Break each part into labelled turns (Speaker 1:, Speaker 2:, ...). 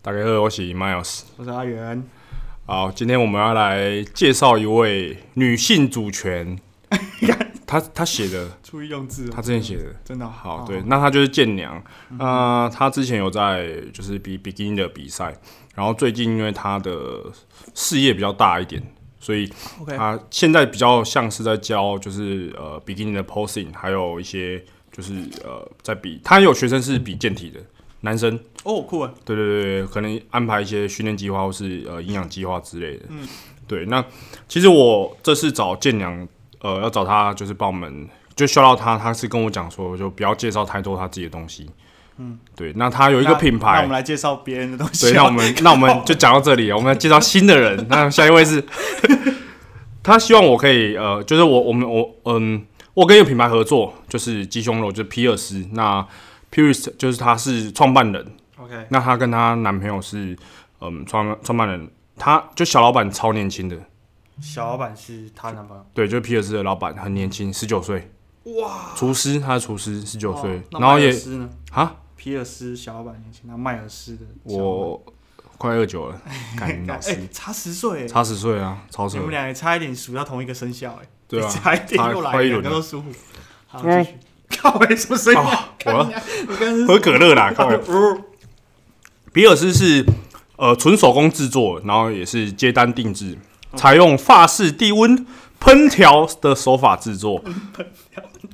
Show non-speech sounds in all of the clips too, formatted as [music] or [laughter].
Speaker 1: 大家好，我是 Miles。
Speaker 2: 我是阿元，
Speaker 1: 好，今天我们要来介绍一位女性主权，她她写的，
Speaker 2: 注意用字哦、
Speaker 1: 她之前写的。
Speaker 2: 真的
Speaker 1: 好，对，那她就是舰娘。那、她之前有在就是比比基尼的比赛，然后最近因为她的事业比较大一点，所以
Speaker 2: OK
Speaker 1: 她现在比较像是在教就是呃比基尼的 posing，还有一些就是呃在比，她有学生是比健体的男生，
Speaker 2: 哦，酷啊，
Speaker 1: 对对对，可能安排一些训练计划或是呃营养计划之类的。嗯，对。那其实我这次找建良，呃，要找他就是帮我们就需到他，他是跟我讲说，就不要介绍太多他自己的东西。嗯，对。那他有一个
Speaker 2: 那
Speaker 1: 品
Speaker 2: 那
Speaker 1: 牌
Speaker 2: 我们，来介绍别人的东西
Speaker 1: 对，
Speaker 2: 哦。
Speaker 1: 那我们那我们就讲到这里，我们要介绍新的人。那下一位是， [laughs] 他希望我可以呃，就是我我们我嗯，我跟一个品牌合作，就是鸡胸肉，就是皮尔斯。那 Purist 就是他是创办人，
Speaker 2: [laughs] OK，
Speaker 1: 那她跟她男朋友是，嗯，创创办人，她就小老板超年轻的，
Speaker 2: 小老板是她男朋友，
Speaker 1: 对，就是皮尔斯的老板很年轻，十九岁，哇，厨师，他是厨师，十九岁
Speaker 2: 哦，那
Speaker 1: 然后
Speaker 2: 迈尔
Speaker 1: 也
Speaker 2: 斯呢？
Speaker 1: 啊，
Speaker 2: 皮尔斯小老板年轻，那迈尔斯的小老板
Speaker 1: 我快二
Speaker 2: [laughs]
Speaker 1: 九了，感老
Speaker 2: 哎
Speaker 1: 师，
Speaker 2: 差十岁耶，
Speaker 1: 差十岁啊，超
Speaker 2: 你
Speaker 1: 扯
Speaker 2: 们，俩也差一点数到同一个生肖哎，
Speaker 1: 对啊
Speaker 2: 差一点
Speaker 1: 差
Speaker 2: 又来
Speaker 1: 差
Speaker 2: 了，
Speaker 1: 一
Speaker 2: 两
Speaker 1: 轮啊
Speaker 2: 个
Speaker 1: 了
Speaker 2: 都疏忽。好，继续。靠，没什么声音啊，
Speaker 1: 我要
Speaker 2: 你刚刚是
Speaker 1: 喝可乐啦，靠北 [laughs]
Speaker 2: 哦
Speaker 1: 比尔斯是呃纯手工制作，然后也是接单定制，
Speaker 2: 嗯
Speaker 1: 采用法式低温烹调的手法制作，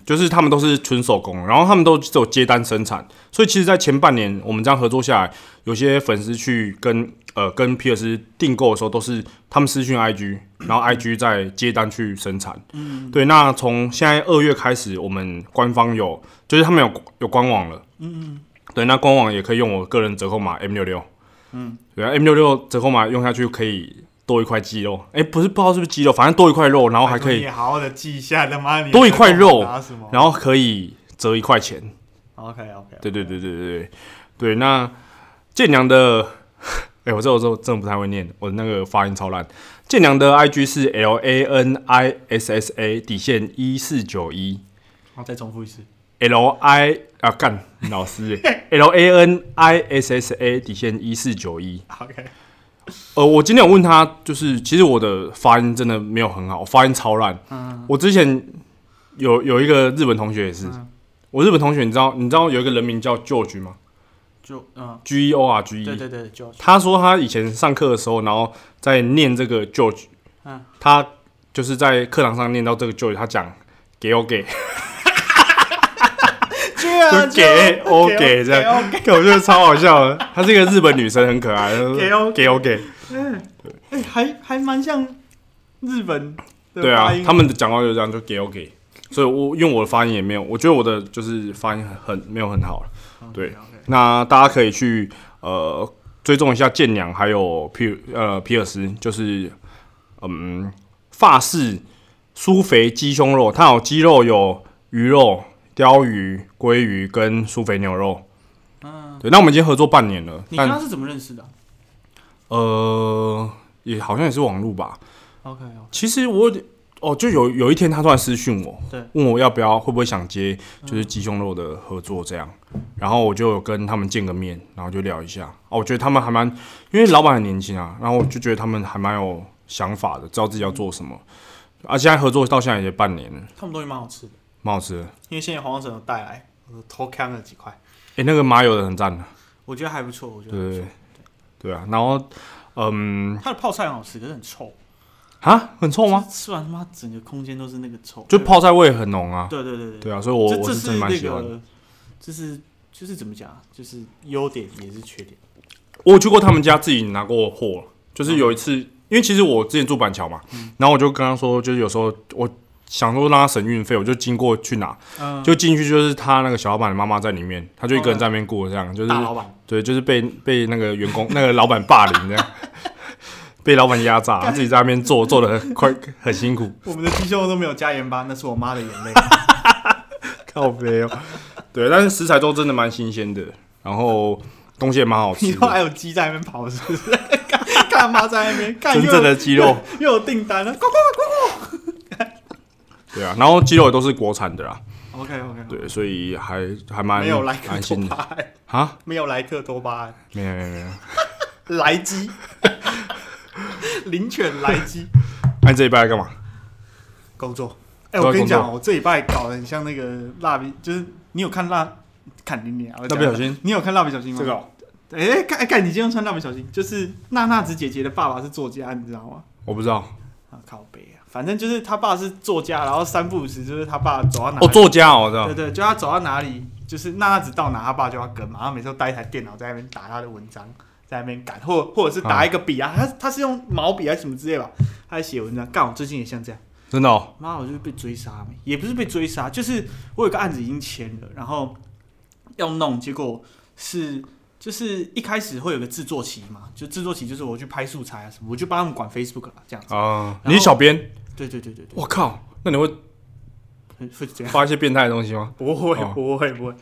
Speaker 1: 就是他们都是纯手工，然后他们都只有接单生产，所以其实，在前半年我们这样合作下来，有些粉丝去跟呃跟皮尔斯订购的时候，都是他们私讯 IG，然后 IG 再接单去生产。嗯，对。那从现在二月开始，我们官方有就是他们有有官网了。嗯对，那官网也可以用我个人折扣码 M 六六。嗯，对啊，M 六六折扣码用下去可以多一块肌肉，哎、不是不知道是不是肌肉，反正多一块肉，然后哦还可以
Speaker 2: 哎
Speaker 1: 啊
Speaker 2: 你也好好的记一下，他妈你
Speaker 1: 多一块肉
Speaker 2: 拿什么
Speaker 1: 然后可以折一块钱。
Speaker 2: ？OK OK，
Speaker 1: 对对对对对对对。那建良的，哎、我这我这我真的不太会念，我那个发音超烂。建良的 IG 是 L A N I S S A 底线一四九一
Speaker 2: 好，再重复一次。
Speaker 1: L I 啊干老师欸 L A N I S S A 底线一四九一。
Speaker 2: OK，
Speaker 1: 呃，我今天有问他，就是其实我的发音真的没有很好，发音超烂。
Speaker 2: 嗯
Speaker 1: 我之前有有一个日本同学也是，
Speaker 2: 嗯
Speaker 1: 我日本同学你知道你知道有一个人名叫 George 吗
Speaker 2: 就嗯，
Speaker 1: ？G E O R G E。
Speaker 2: 对对对，就
Speaker 1: 他说他以前上课的时候，然后在念这个 George，
Speaker 2: 嗯
Speaker 1: 他就是在课堂上念到这个 George，他讲给我给， [laughs]
Speaker 2: 啊
Speaker 1: 就给我给这样，
Speaker 2: 样。
Speaker 1: 我觉得超好笑的。她是一个日本女生，很可爱。
Speaker 2: 给我
Speaker 1: 给我给，
Speaker 2: 哎，还还蛮像日本的
Speaker 1: 对啊
Speaker 2: 发音，
Speaker 1: 他们的讲话就这样，就给我给。所以我用我的发音也没有，我觉得我的就是发音很很没有很好。对
Speaker 2: OK，OK
Speaker 1: 那大家可以去呃追踪一下建良，还有皮呃皮尔斯，就是嗯法式酥肥鸡胸肉，它有鸡肉、有鱼肉、鲷鱼、鲑鱼跟酥肥牛肉。嗯，对，那我们已经合作半年了，
Speaker 2: 你刚
Speaker 1: 但
Speaker 2: 刚是怎么认识的啊
Speaker 1: 呃也好像也是网路吧。
Speaker 2: ？OK，哦
Speaker 1: 其实我有点哦，就有有一天他突然私讯我，
Speaker 2: 对
Speaker 1: 问我要不要会不会想接就是鸡胸肉的合作这样，然后我就有跟他们见个面，然后就聊一下哦，我觉得他们还蛮，因为老板很年轻啊，然后我就觉得他们还蛮有想法的，知道自己要做什么，而、啊、现在合作到现在也半年了，
Speaker 2: 他们东西蛮好吃的，
Speaker 1: 蛮好吃的，
Speaker 2: 因为现在黄黄省有带来，我偷看了几块，
Speaker 1: 诶，那个麻油的很赞的，啊
Speaker 2: 我觉得还不错，我觉
Speaker 1: 对
Speaker 2: 得
Speaker 1: 对对，对啊，然后嗯，
Speaker 2: 它的泡菜很好吃，可是很臭，
Speaker 1: 啊，很臭吗？
Speaker 2: 就是吃完他妈整个空间都是那个臭，
Speaker 1: 就泡菜味很浓啊，
Speaker 2: 对对对对，
Speaker 1: 对啊，所以我
Speaker 2: 这
Speaker 1: 我
Speaker 2: 这
Speaker 1: 是真的蛮
Speaker 2: 那
Speaker 1: 喜欢的。
Speaker 2: 个，这是就是怎么讲啊，就是优点也是缺点。
Speaker 1: 我有去过他们家自己拿过货，就是有一次，因为其实我之前住板桥嘛，然后我就跟他说，就是有时候我想说让他省运费，我就经过去拿，
Speaker 2: 嗯
Speaker 1: 就进去就是他那个小老板的妈妈在里面，他就一个人在那边过，这样就是
Speaker 2: 大老板，
Speaker 1: 对，就是被被那个员工 [laughs] 那个老板霸凌这样。 [laughs] 被老板压榨，他自己在那边做，做的快很辛苦，
Speaker 2: 我们的鸡胸肉都没有加盐巴，那是我妈的眼泪。
Speaker 1: 靠背哦。对，但是食材都真的蛮新鲜的，然后东西也蛮好
Speaker 2: 你
Speaker 1: 吃
Speaker 2: 说还
Speaker 1: 的，
Speaker 2: 有鸡在那边跑，是不是？ [laughs] 干干妈在那边，干
Speaker 1: 真
Speaker 2: 又
Speaker 1: 正的鸡肉。
Speaker 2: 又有订单了。
Speaker 1: 对啊，然后鸡肉也都是国产的啊啦。
Speaker 2: OK OK，，
Speaker 1: 对，所以还还蛮
Speaker 2: 没有莱克
Speaker 1: 安
Speaker 2: 多
Speaker 1: 心的
Speaker 2: 巴胺，
Speaker 1: 啊，
Speaker 2: 没有莱克多巴胺，
Speaker 1: 没有没有没有，
Speaker 2: 来鸡， [laughs] 灵犬来鸡
Speaker 1: 那、你这一拜要干嘛？
Speaker 2: 工作。哎、
Speaker 1: 都在
Speaker 2: 我跟你
Speaker 1: 啊工作
Speaker 2: 讲，我这礼拜搞得很像那个蜡笔，就是你有看蜡，看你你啊，我
Speaker 1: 蜡笔
Speaker 2: 讲
Speaker 1: 小新，
Speaker 2: 你有看蜡笔小新吗？
Speaker 1: 这个哦
Speaker 2: 哎，看哎看，你今天穿蜡笔小新，就是娜娜子姐姐的爸爸是作家，你知道吗？
Speaker 1: 我不知道。
Speaker 2: 啊，靠北啊，反正就是他爸是作家，然后三不五时就是他爸走到哪里，
Speaker 1: 哦，作家哦，我知道
Speaker 2: 哎对。对，就他走到哪里，就是娜娜子到哪，他爸就要跟嘛，他每次都带一台电脑在那边打他的文章，在那边赶，或或者是打一个笔啊，他他是用毛笔还是什么之类吧，他在写文章。干，我最近也像这样，
Speaker 1: 真的哦，
Speaker 2: 妈，我就是被追杀没，也不是被追杀，就是我有个案子已经签了，然后要弄，结果是。就是一开始会有个制作期嘛，就制作期就是我去拍素材啊什么，我就帮他们管 Facebook 啊这样子。
Speaker 1: 啊，
Speaker 2: 后
Speaker 1: 你是小编，
Speaker 2: 对对对对对，
Speaker 1: 我靠，那你会
Speaker 2: 会会这样。
Speaker 1: 发一些变态的东西吗？
Speaker 2: 不会
Speaker 1: 哦，
Speaker 2: 不会，不 [laughs] 会，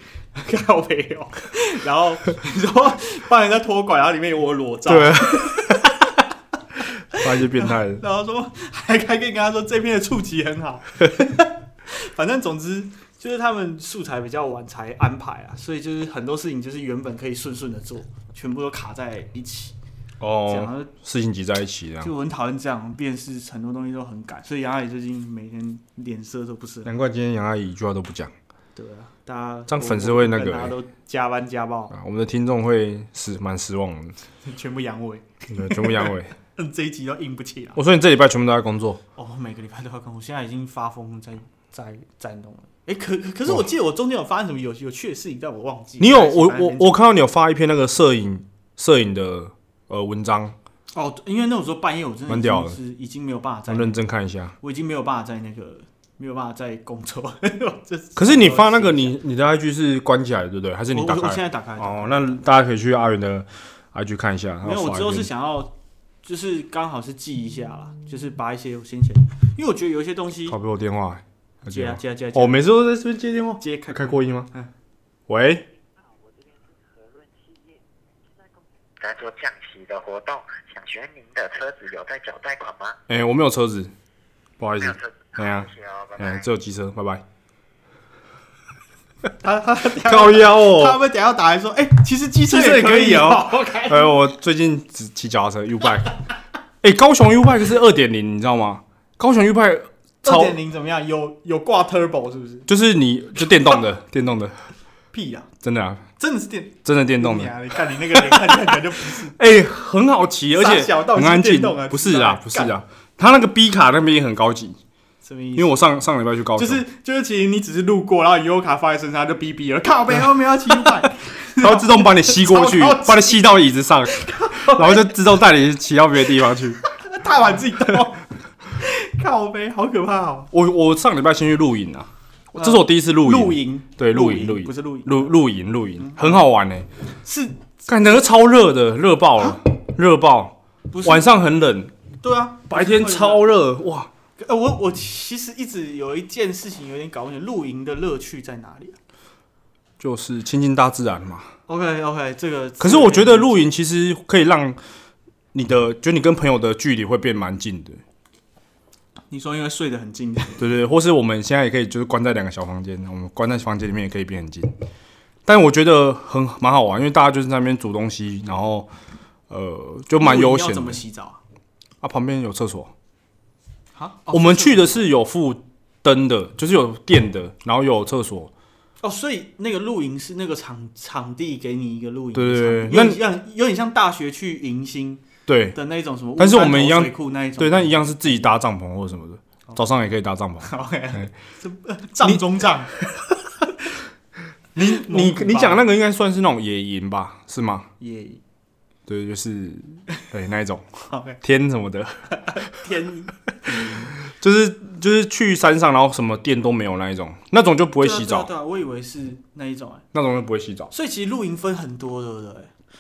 Speaker 2: 靠背哦。 [laughs] 然后你说帮人家托管，然后里面有我的裸照，
Speaker 1: 对，发一些变态的。
Speaker 2: 然后说还还可以跟他说这篇的触及很好。 [laughs] 反正总之就是他们素材比较晚才安排啊，所以就是很多事情就是原本可以顺顺的做，全部都卡在一起。这样
Speaker 1: 哦，
Speaker 2: 然后
Speaker 1: 事情集在一起这样。
Speaker 2: 就我很讨厌这样，便是很多东西都很赶，所以杨阿姨最近每天脸色都不是很
Speaker 1: 难怪今天杨阿姨一句话都不讲
Speaker 2: 对啊，大家
Speaker 1: 这样
Speaker 2: 我
Speaker 1: 粉丝会那个欸
Speaker 2: 我跟大家都加班加爆，
Speaker 1: 啊，我们的听众会失蛮失望的，
Speaker 2: 全部阳痿， [laughs]
Speaker 1: 对全部阳痿。 [laughs]
Speaker 2: 这一集都硬不起来。
Speaker 1: 我说你这礼拜全部都在工作，
Speaker 2: 哦，我每个礼拜都要看，我现在已经发疯在 [laughs] 在在弄了。哎、可可是我记得我中间有发生什么有有趣的事情，但我忘记了。
Speaker 1: 你有
Speaker 2: 但是
Speaker 1: 我
Speaker 2: 反正
Speaker 1: 我我看到你有发一篇那个摄影摄影的呃文章，
Speaker 2: 哦，因为那种时候半夜我真的
Speaker 1: 蛮
Speaker 2: 已
Speaker 1: 屌
Speaker 2: 经
Speaker 1: 的
Speaker 2: 是已经没有办法
Speaker 1: 我
Speaker 2: 在，
Speaker 1: 认真看一下。
Speaker 2: 我已经没有办法在那个没有办法在工作。就是
Speaker 1: 可是你发那个你你的 IG 是关起来的，对不对？还 [laughs] 是你
Speaker 2: 我
Speaker 1: 打
Speaker 2: 我我现
Speaker 1: 开？
Speaker 2: 在打开，
Speaker 1: 哦，那大家可以去阿元的 IG 看一下。
Speaker 2: 没有，我
Speaker 1: 他
Speaker 2: 之
Speaker 1: 发
Speaker 2: 后
Speaker 1: 一
Speaker 2: 是
Speaker 1: 篇
Speaker 2: 想要就是刚好是记一下啦，
Speaker 1: 嗯
Speaker 2: 就是把一些我先前，因为我觉得有一些东西
Speaker 1: 拷贝我电话、欸，要
Speaker 2: 接
Speaker 1: 接
Speaker 2: 啊
Speaker 1: 吗
Speaker 2: 接啊接啊接
Speaker 1: 哦，
Speaker 2: 啊
Speaker 1: 每次都在这边接电话，
Speaker 2: 接开
Speaker 1: 开扩音吗？
Speaker 2: 嗯
Speaker 1: 喂，
Speaker 3: 在做降息的活动，想询问您的车子有在缴贷款吗？
Speaker 1: 哎、我没有车子，不好意
Speaker 3: 没有
Speaker 1: 思，
Speaker 3: 车子，
Speaker 1: 哎呀
Speaker 3: 好谢谢哦，拜
Speaker 1: 哎、
Speaker 3: 拜。
Speaker 1: 只有机车，拜拜。
Speaker 2: 他他
Speaker 1: [laughs] 靠腰
Speaker 2: 他
Speaker 1: 哦，
Speaker 2: 会不会等一下打来说，哎、其实机车
Speaker 1: 机车也可
Speaker 2: 可
Speaker 1: 以哦
Speaker 2: 哦。
Speaker 1: [laughs]
Speaker 2: OK，
Speaker 1: 哎、我最近只骑脚踏车 U bike，哎、 [laughs] 高雄 U bike 是二点零，你知道吗？高雄 U bike
Speaker 2: 二
Speaker 1: 超
Speaker 2: 点零怎么样？有有挂 turbo 是不是？
Speaker 1: 就是你就电动的，电动的，
Speaker 2: 屁呀、
Speaker 1: 真的啊，
Speaker 2: 真的是电
Speaker 1: 真的电动
Speaker 2: 你
Speaker 1: 的，
Speaker 2: 啊！你看你那个脸，看起来就不是。
Speaker 1: 哎、很好骑，而
Speaker 2: 傻
Speaker 1: 且
Speaker 2: 小到
Speaker 1: 很
Speaker 2: 底是
Speaker 1: 安静
Speaker 2: 电动啊，
Speaker 1: 不是啊，不
Speaker 2: 知
Speaker 1: 是
Speaker 2: 道啊
Speaker 1: 啊，它那个 B 卡那边也很高级，
Speaker 2: [laughs] 什么意
Speaker 1: 因
Speaker 2: 思？
Speaker 1: 为我上上礼拜去高
Speaker 2: 就
Speaker 1: 雄，
Speaker 2: 是就是，其实你只是路过，然后你优卡放在身上就哔 [laughs] 哔了，靠背后面要七百，
Speaker 1: 它会自动把你吸过去
Speaker 2: 超高，级
Speaker 1: 把你吸到椅子
Speaker 2: [laughs]
Speaker 1: 上，然后就自动带你骑到别的地方去。
Speaker 2: 踏完自己 [laughs] 头，靠背好可怕哦！
Speaker 1: 我我上礼拜先去露营啊，
Speaker 2: 嗯
Speaker 1: 这是我第一次露营，
Speaker 2: 露营
Speaker 1: 对露营露
Speaker 2: 露
Speaker 1: 营
Speaker 2: 不是露营，嗯
Speaker 1: 露露营露营很好玩哎、欸，
Speaker 2: 是
Speaker 1: 感觉超热的，热爆了，热爆，
Speaker 2: 啊不是
Speaker 1: 晚上很冷，
Speaker 2: 对啊，
Speaker 1: 白天
Speaker 2: 不是
Speaker 1: 超热哇！
Speaker 2: 呃，我我其实一直有一件事情有点搞不清，露营的乐趣在哪里啊
Speaker 1: 就是亲近大自然嘛。
Speaker 2: ？OK OK，这个
Speaker 1: 可是我觉得露营其实可以让你的，就你跟朋友的距离会变蛮近的，
Speaker 2: 你说因为睡得很近，
Speaker 1: 对对，或是我们现在也可以就是关在两个小房间，我们关在房间里面也可以变很近。但我觉得很蛮好玩，因为大家就是在那边煮东西，然后呃就蛮悠
Speaker 2: 露营要
Speaker 1: 闲
Speaker 2: 怎么
Speaker 1: 的
Speaker 2: 哦洗澡啊？哦
Speaker 1: 啊。旁边有厕所，
Speaker 2: 好，
Speaker 1: 我们去的是有附灯的，就是有电的，然后有厕所。
Speaker 2: 哦，所以那个露营是那个场场地给你一个露营场
Speaker 1: 对
Speaker 2: 地，
Speaker 1: 对对
Speaker 2: 有点像有点像大学去迎新
Speaker 1: 对
Speaker 2: 的那种什么乌
Speaker 1: 但
Speaker 2: 山头水库，
Speaker 1: 是我们一样
Speaker 2: 那一种，
Speaker 1: 对，但一样是自己搭帐篷或者什么的，
Speaker 2: 哦
Speaker 1: 早上也可以搭
Speaker 2: [laughs]
Speaker 1: 帐篷。
Speaker 2: OK，这呃帐中帐，
Speaker 1: 你你
Speaker 2: 蒙古包
Speaker 1: 你讲那个应该算是那种野营吧？是吗？
Speaker 2: 也
Speaker 1: 对，就是 [laughs] 对那一种
Speaker 2: OK
Speaker 1: 天什么的，
Speaker 2: 天
Speaker 1: 就是就是去山上，然后什么店都没有那一种，那种就不会洗
Speaker 2: 对啊
Speaker 1: 澡，
Speaker 2: 对啊对啊，我以为是那一种哎，
Speaker 1: 那种就不会洗澡。
Speaker 2: 所以其实露营分很多，对不对？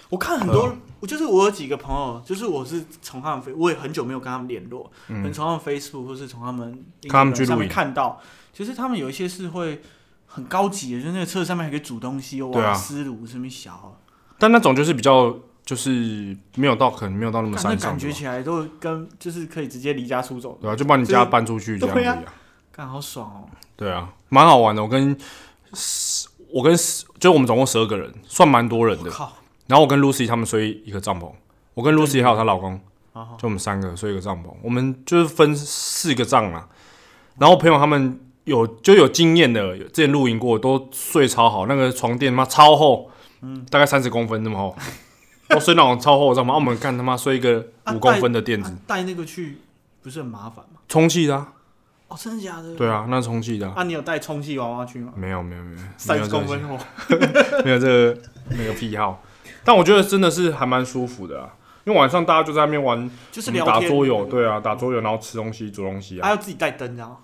Speaker 2: 我看很
Speaker 1: 啊
Speaker 2: 多，我就是我有几个朋友，就是我是从他们 Face，我也很久没有跟他们联络，可能从他们 Facebook 或是从他们
Speaker 1: 看嗯他们去
Speaker 2: Instagram 上
Speaker 1: 露
Speaker 2: 面
Speaker 1: 营
Speaker 2: 看到，就是他们有一些是会很高级的，就是那个车上面还可以煮东西，有
Speaker 1: 对啊
Speaker 2: 瓦斯炉什么小，
Speaker 1: 但那种就是比较就是没有到，可能没有到那么
Speaker 2: 干
Speaker 1: 山
Speaker 2: 那感
Speaker 1: 上的
Speaker 2: 觉
Speaker 1: 吧，
Speaker 2: 起来都跟就是可以直接离家出走，
Speaker 1: 对啊，就把你家
Speaker 2: 就是
Speaker 1: 搬出去这样而
Speaker 2: 对啊
Speaker 1: 已啊。
Speaker 2: 干好爽哦！
Speaker 1: 对啊，蛮好玩的。我跟我跟就我们总共十二个人，算蛮多人的。
Speaker 2: 靠，
Speaker 1: 然后我跟 Lucy 他们睡一个帐篷，我跟 Lucy 还有她老公，
Speaker 2: 好好
Speaker 1: 就我们三个睡一个帐篷，我们就是分四个帐嘛。然后朋友他们有就有经验的，有之前露营过，都睡超好，那个床垫妈超厚，
Speaker 2: 嗯
Speaker 1: 大概三十公分那么
Speaker 2: [laughs]
Speaker 1: 厚，都睡那种超厚的帐篷。啊我们看他妈睡一个
Speaker 2: 啊
Speaker 1: 五公分的垫子
Speaker 2: 啊，带那个去不是很麻烦吗？
Speaker 1: 充气的、啊，
Speaker 2: 哦，真的假的？
Speaker 1: 对啊，那是充气的、啊。
Speaker 2: 啊，你有带充气娃娃去吗？
Speaker 1: 没有没有没有，没
Speaker 2: 三
Speaker 1: 有
Speaker 2: 十
Speaker 1: 这个
Speaker 2: 公分哦，
Speaker 1: 没有这个没有癖好，但我觉得真的是还蛮舒服的啊，因为晚上大家就在那边玩，
Speaker 2: 就是
Speaker 1: 我们
Speaker 2: 聊
Speaker 1: 打
Speaker 2: 天
Speaker 1: 桌游，对啊，打桌游，然后吃东西、煮东西
Speaker 2: 还
Speaker 1: 啊。
Speaker 2: 要自己带灯，然后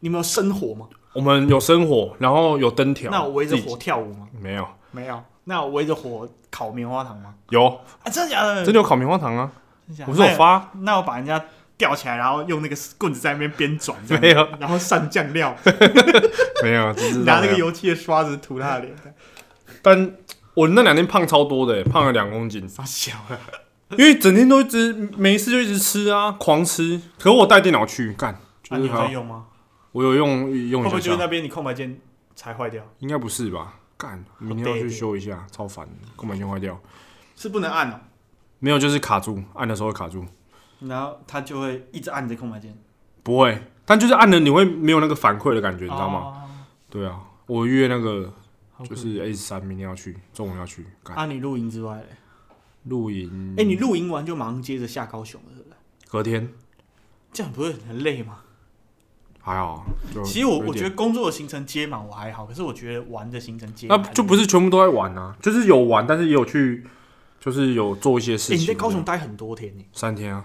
Speaker 2: 你们有生火吗？
Speaker 1: 我们有生火，然后有灯条，
Speaker 2: 那我围着
Speaker 1: 自己
Speaker 2: 火跳舞吗？
Speaker 1: 没有，
Speaker 2: 没有。那我围着火烤棉花糖吗？
Speaker 1: 有
Speaker 2: 啊，真的假的？
Speaker 1: 真的有烤棉花糖啊，
Speaker 2: 真假的
Speaker 1: 我是有发，
Speaker 2: 那我把人家吊起来，然后用那个棍子在那边边转，这样
Speaker 1: 没有
Speaker 2: 然后上酱
Speaker 1: [laughs]
Speaker 2: 料，
Speaker 1: 没有，啊只是
Speaker 2: 拿那
Speaker 1: 没
Speaker 2: 个
Speaker 1: 有
Speaker 2: 油漆的刷子涂他的脸，
Speaker 1: 但我那两天胖超多的欸，胖了两公斤，
Speaker 2: 傻小了。
Speaker 1: 因为整天都一直没事就一直吃啊，狂吃。可我带电脑去干，
Speaker 2: 那、
Speaker 1: 就
Speaker 2: 啊、你
Speaker 1: 是
Speaker 2: 有
Speaker 1: 好
Speaker 2: 在，用吗？
Speaker 1: 我有用
Speaker 2: 会
Speaker 1: 用
Speaker 2: 不会
Speaker 1: 一
Speaker 2: 就
Speaker 1: 下
Speaker 2: 是那
Speaker 1: 下，
Speaker 2: 边你空白键才坏掉？
Speaker 1: 应该不是吧？干，明天要去修一下，超烦，根本先坏掉。
Speaker 2: 是不能按哦、
Speaker 1: 没有，就是卡住，按的时候会卡住，
Speaker 2: 然后它就会一直按着空白键，
Speaker 1: 不会，但就是按了你会没有那个反馈的感觉，
Speaker 2: 你
Speaker 1: 你知道吗？？
Speaker 2: 哦
Speaker 1: 对啊，我约那个
Speaker 2: 好
Speaker 1: 就
Speaker 2: 可
Speaker 1: 是 A 三，明天要去，中午要去干
Speaker 2: 啊，你露营之外嘞，
Speaker 1: 露营。
Speaker 2: 哎、你露营完就马上接着下高雄了，对不对？
Speaker 1: 隔天
Speaker 2: 这样不会很累吗？
Speaker 1: 还好，啊就
Speaker 2: 其实我
Speaker 1: 有一
Speaker 2: 我
Speaker 1: 点
Speaker 2: 觉得工作的行程接满我还好，可是我觉得玩的行程接
Speaker 1: 那
Speaker 2: 满
Speaker 1: 就不
Speaker 2: 是、
Speaker 1: 是全部都在玩啊，就是有玩，但是也有去，就是有做一些事
Speaker 2: 欸
Speaker 1: 情。
Speaker 2: 你在高雄待很多天呢，
Speaker 1: 三天啊？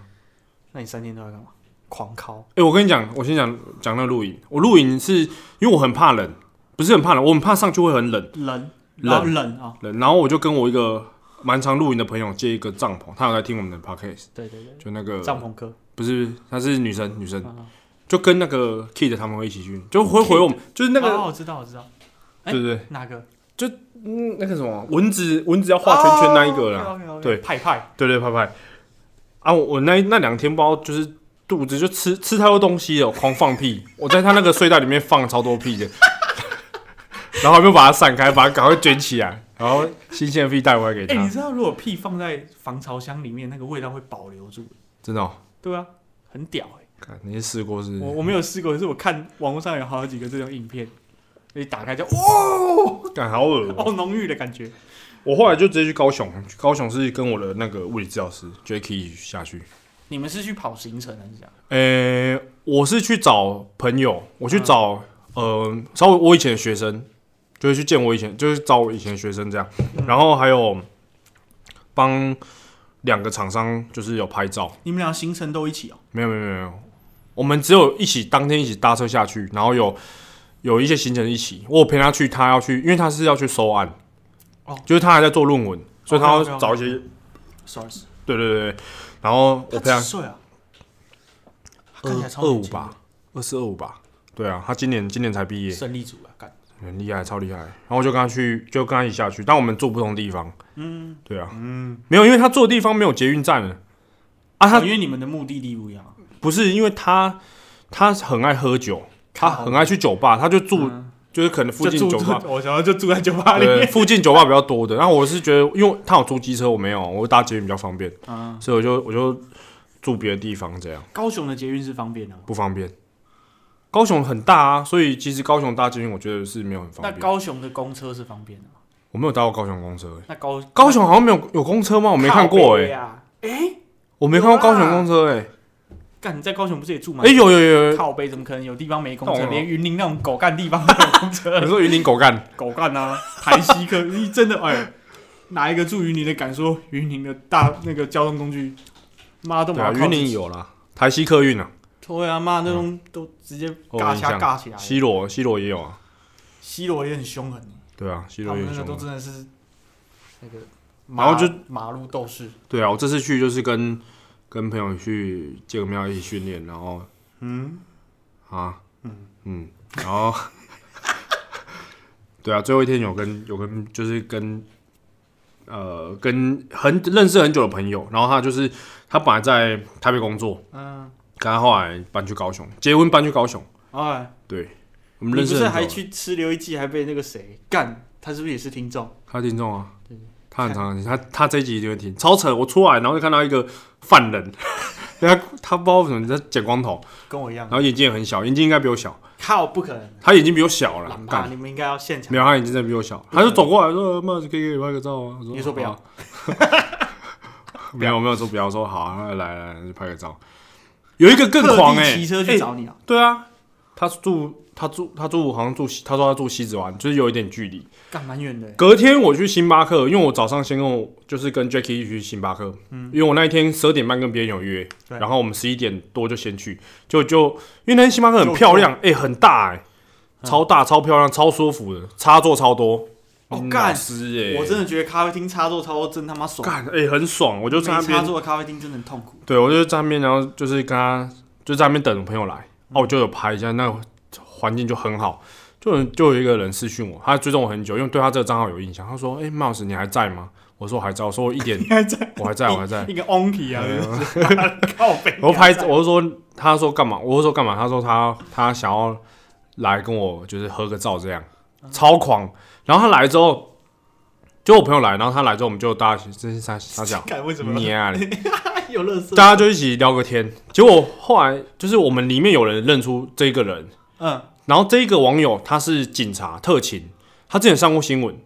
Speaker 2: 那你三天都在干嘛？狂烤
Speaker 1: 哎、我跟你讲，我先讲讲那个露营。我露营是因为我很怕冷，不是很怕冷，我很怕上去会很冷。
Speaker 2: 冷
Speaker 1: 冷
Speaker 2: 然后冷啊、
Speaker 1: 冷，然后我就跟我一个蛮常露营的朋友借一个帐篷，他有在听我们的 podcast，
Speaker 2: 对对对，
Speaker 1: 就那个
Speaker 2: 帐篷哥，
Speaker 1: 不是，她是女生，女生
Speaker 2: 嗯
Speaker 1: 就跟那个 Kid 他们会一起去，就会回我们，就是那个
Speaker 2: 哦，我知道我知道，哎
Speaker 1: 对不对？
Speaker 2: 哪个
Speaker 1: 嗯，那个什么蚊子，蚊子要画圈圈那一个啦，
Speaker 2: o
Speaker 1: 对
Speaker 2: 哦派派，
Speaker 1: 对对，拍拍。啊，我我那那两天不知道就是肚子就吃吃太多东西了，狂放屁，我在他那个睡袋里面放了超多屁的， [laughs] 然后又把它散开，把它赶快卷起来，然后新鲜的屁带回来给
Speaker 2: 哎、你
Speaker 1: 他，
Speaker 2: 知道如果屁放在防潮箱里面，那个味道会保留住，
Speaker 1: 真的、哦。
Speaker 2: 对啊，很屌哎、
Speaker 1: 看你是试过是不是
Speaker 2: 我我没有试过，可是我看网络上有好几个这种影片，一打开就哇，
Speaker 1: 干好恶、哦
Speaker 2: 好浓郁的感觉。
Speaker 1: 我后来就直接去高雄，去高雄是跟我的那个物理治疗师 Jacky 下去。
Speaker 2: 你们是去跑行程还是这样？
Speaker 1: 呃、我是去找朋友，我去找、呃，稍微我以前的学生，就是去见我以前，就是找我以前的学生这样，
Speaker 2: 嗯
Speaker 1: 然后还有帮两个厂商就是有拍照，
Speaker 2: 你们俩行程都一起哦、
Speaker 1: 没有没有没有没有，我们只有一起当天一起搭车下去，然后有有一些行程一起，我有陪他去，他要去，因为他是要去收案，
Speaker 2: 哦
Speaker 1: 就是他还在做论文，所以他要
Speaker 2: OK，OK，OK
Speaker 1: 找一些
Speaker 2: s o r r y
Speaker 1: 对对对，对然后我陪
Speaker 2: 他
Speaker 1: 他
Speaker 2: 几岁啊？
Speaker 1: 二
Speaker 2: 他看起来超
Speaker 1: 二
Speaker 2: 年
Speaker 1: 五
Speaker 2: 轻的
Speaker 1: 吧，，二四二五吧，对啊，他今年今年才毕业，
Speaker 2: 胜利组啊，干
Speaker 1: 很厉害，超厉害。然后我就跟他去，就跟他一起下去，但我们住不同地方，嗯，对啊，嗯，没有，因为他住的地方没有捷运站啊，他
Speaker 2: 哦因为你们的目的地不一样啊，
Speaker 1: 不是因为他他很爱喝酒，他
Speaker 2: 靠
Speaker 1: 很爱去酒吧，他就住
Speaker 2: 嗯
Speaker 1: 就是可能附近酒吧，
Speaker 2: 我想要就住在酒吧里
Speaker 1: 对，
Speaker 2: 面。
Speaker 1: 附近酒吧比较多的。然后我是觉得，因为他有租机车，我没有，我搭捷运比较方便，
Speaker 2: 啊，
Speaker 1: 所以我就我就住别的地方这样。
Speaker 2: 高雄的捷运是方便的吗，
Speaker 1: 不方便。高雄很大啊，所以其实高雄搭捷运我觉得是没有很方
Speaker 2: 那
Speaker 1: 便。
Speaker 2: 高雄的公车是方便的吗？
Speaker 1: 我没有搭过高雄公车、欸，
Speaker 2: 那高
Speaker 1: 高雄好像没有有公车吗？我
Speaker 2: 我
Speaker 1: 没看过哎、
Speaker 2: 啊，
Speaker 1: 我没看过
Speaker 2: 有
Speaker 1: 高
Speaker 2: 啦
Speaker 1: 雄公车哎、欸，
Speaker 2: 干你在高雄不是也住吗
Speaker 1: 哎、？有有有有，
Speaker 2: 靠北怎么可能有地方没公
Speaker 1: 懂
Speaker 2: 车？
Speaker 1: 了
Speaker 2: 连云林那种狗干地方都有
Speaker 1: [laughs]
Speaker 2: 公车，
Speaker 1: 你说云林狗干，
Speaker 2: 狗干啊，台西可你真的哎，哪一个住云林的敢说云林的大那个交通工具，妈都
Speaker 1: 对
Speaker 2: 马
Speaker 1: 啊，云林，有啦，台西客运啊，
Speaker 2: 对啊妈那种都直接
Speaker 1: 我有
Speaker 2: 尬
Speaker 1: 印
Speaker 2: 掐
Speaker 1: 象
Speaker 2: 尬起来了。
Speaker 1: 西罗西罗也有啊，
Speaker 2: 西罗也很凶狠，
Speaker 1: 对啊，西
Speaker 2: 他
Speaker 1: 罗也
Speaker 2: 们那
Speaker 1: 有
Speaker 2: 个都
Speaker 1: 凶啊。
Speaker 2: 真的是那个马，
Speaker 1: 然后就
Speaker 2: 马路斗士，
Speaker 1: 对啊，我这次去就是跟跟朋友去借个庙一起训练，然后
Speaker 2: 嗯，
Speaker 1: 啊，嗯然后 [laughs] 对啊，最后一天有跟有跟就是跟呃跟很认识很久的朋友，然后他就是他本来在台北工作，嗯，可他后来搬去高雄，结婚搬去高雄，
Speaker 2: 哎，
Speaker 1: 对，我
Speaker 2: 你
Speaker 1: 们
Speaker 2: 不
Speaker 1: 认识
Speaker 2: 是
Speaker 1: 很久
Speaker 2: 还
Speaker 1: 了
Speaker 2: 去吃刘一记，还被那个谁干？他是不是也是听众？
Speaker 1: 他听众啊，他很常他他这一集就会听，超扯！我出来然后就看到一个犯人， [laughs] 他他不知道为什么在剪光头，
Speaker 2: 跟我一样
Speaker 1: 然。后眼睛也很小，眼睛应该比我小，
Speaker 2: 靠，不可能，
Speaker 1: 他眼睛比我小了
Speaker 2: 懒，吧？
Speaker 1: 啊干
Speaker 2: 你们应该要现场
Speaker 1: 没。有他眼睛真的比我小，他就走过来说：“呃妈，可以给你拍个照啊？”我
Speaker 2: 你说不要
Speaker 1: 好啊没有没有说不要，说好啊，那来来来拍个照。有一个更
Speaker 2: 特
Speaker 1: 狂
Speaker 2: 地
Speaker 1: 哎、
Speaker 2: 骑车去
Speaker 1: 欸
Speaker 2: 找你啊！
Speaker 1: 对啊，他住他住他住好像住西，他说他住西子湾，就是有一点距离。
Speaker 2: 干蛮远的欸，
Speaker 1: 隔天我去星巴克，因为我早上先跟我就是跟 Jackie 一起去星巴克，因为我那一天十二点半跟别人有约，
Speaker 2: 对
Speaker 1: 然后我们十一点多就先去，就就因为那天星巴克很漂亮，哎、很大哎、超大、超漂亮、超舒服的，插座超多，
Speaker 2: 哦
Speaker 1: 嗯
Speaker 2: 干
Speaker 1: 老师哎、
Speaker 2: 我真的觉得咖啡厅插座操作真他妈爽，
Speaker 1: 干哎、很爽，我就在那
Speaker 2: 没插
Speaker 1: 边，
Speaker 2: 座的咖啡厅真的很痛苦。
Speaker 1: 对我就在那边，然后就是跟他就在那边等我朋友来，哦、我就有拍一下，那环境就很好。就有就有一个人私讯我，他追踪我很久，因为对他这个账号有印象。他说：“哎、m o u s e 你还在吗？”我说：“我还在。”我说：“我一点
Speaker 2: 你还在？
Speaker 1: 我还在，我 [laughs] 还在。哎
Speaker 2: 一个 onky 啊，就是 [laughs] 靠背。，
Speaker 1: 我拍，我就说，他说干嘛？我就说干嘛？他说他他想要来跟我就是合个照，这样超狂。然后他来之后，就我朋友来，然后他来之后，我们就大家真是傻傻笑
Speaker 2: [laughs] 干为什么
Speaker 1: 你啊嘞，
Speaker 2: 有乐色？
Speaker 1: 大家就一起聊个天。结果后来就是我们里面有人认出这个人，
Speaker 2: 嗯，
Speaker 1: 然后这个网友他是警察特勤，他之前上过新闻，
Speaker 2: 哦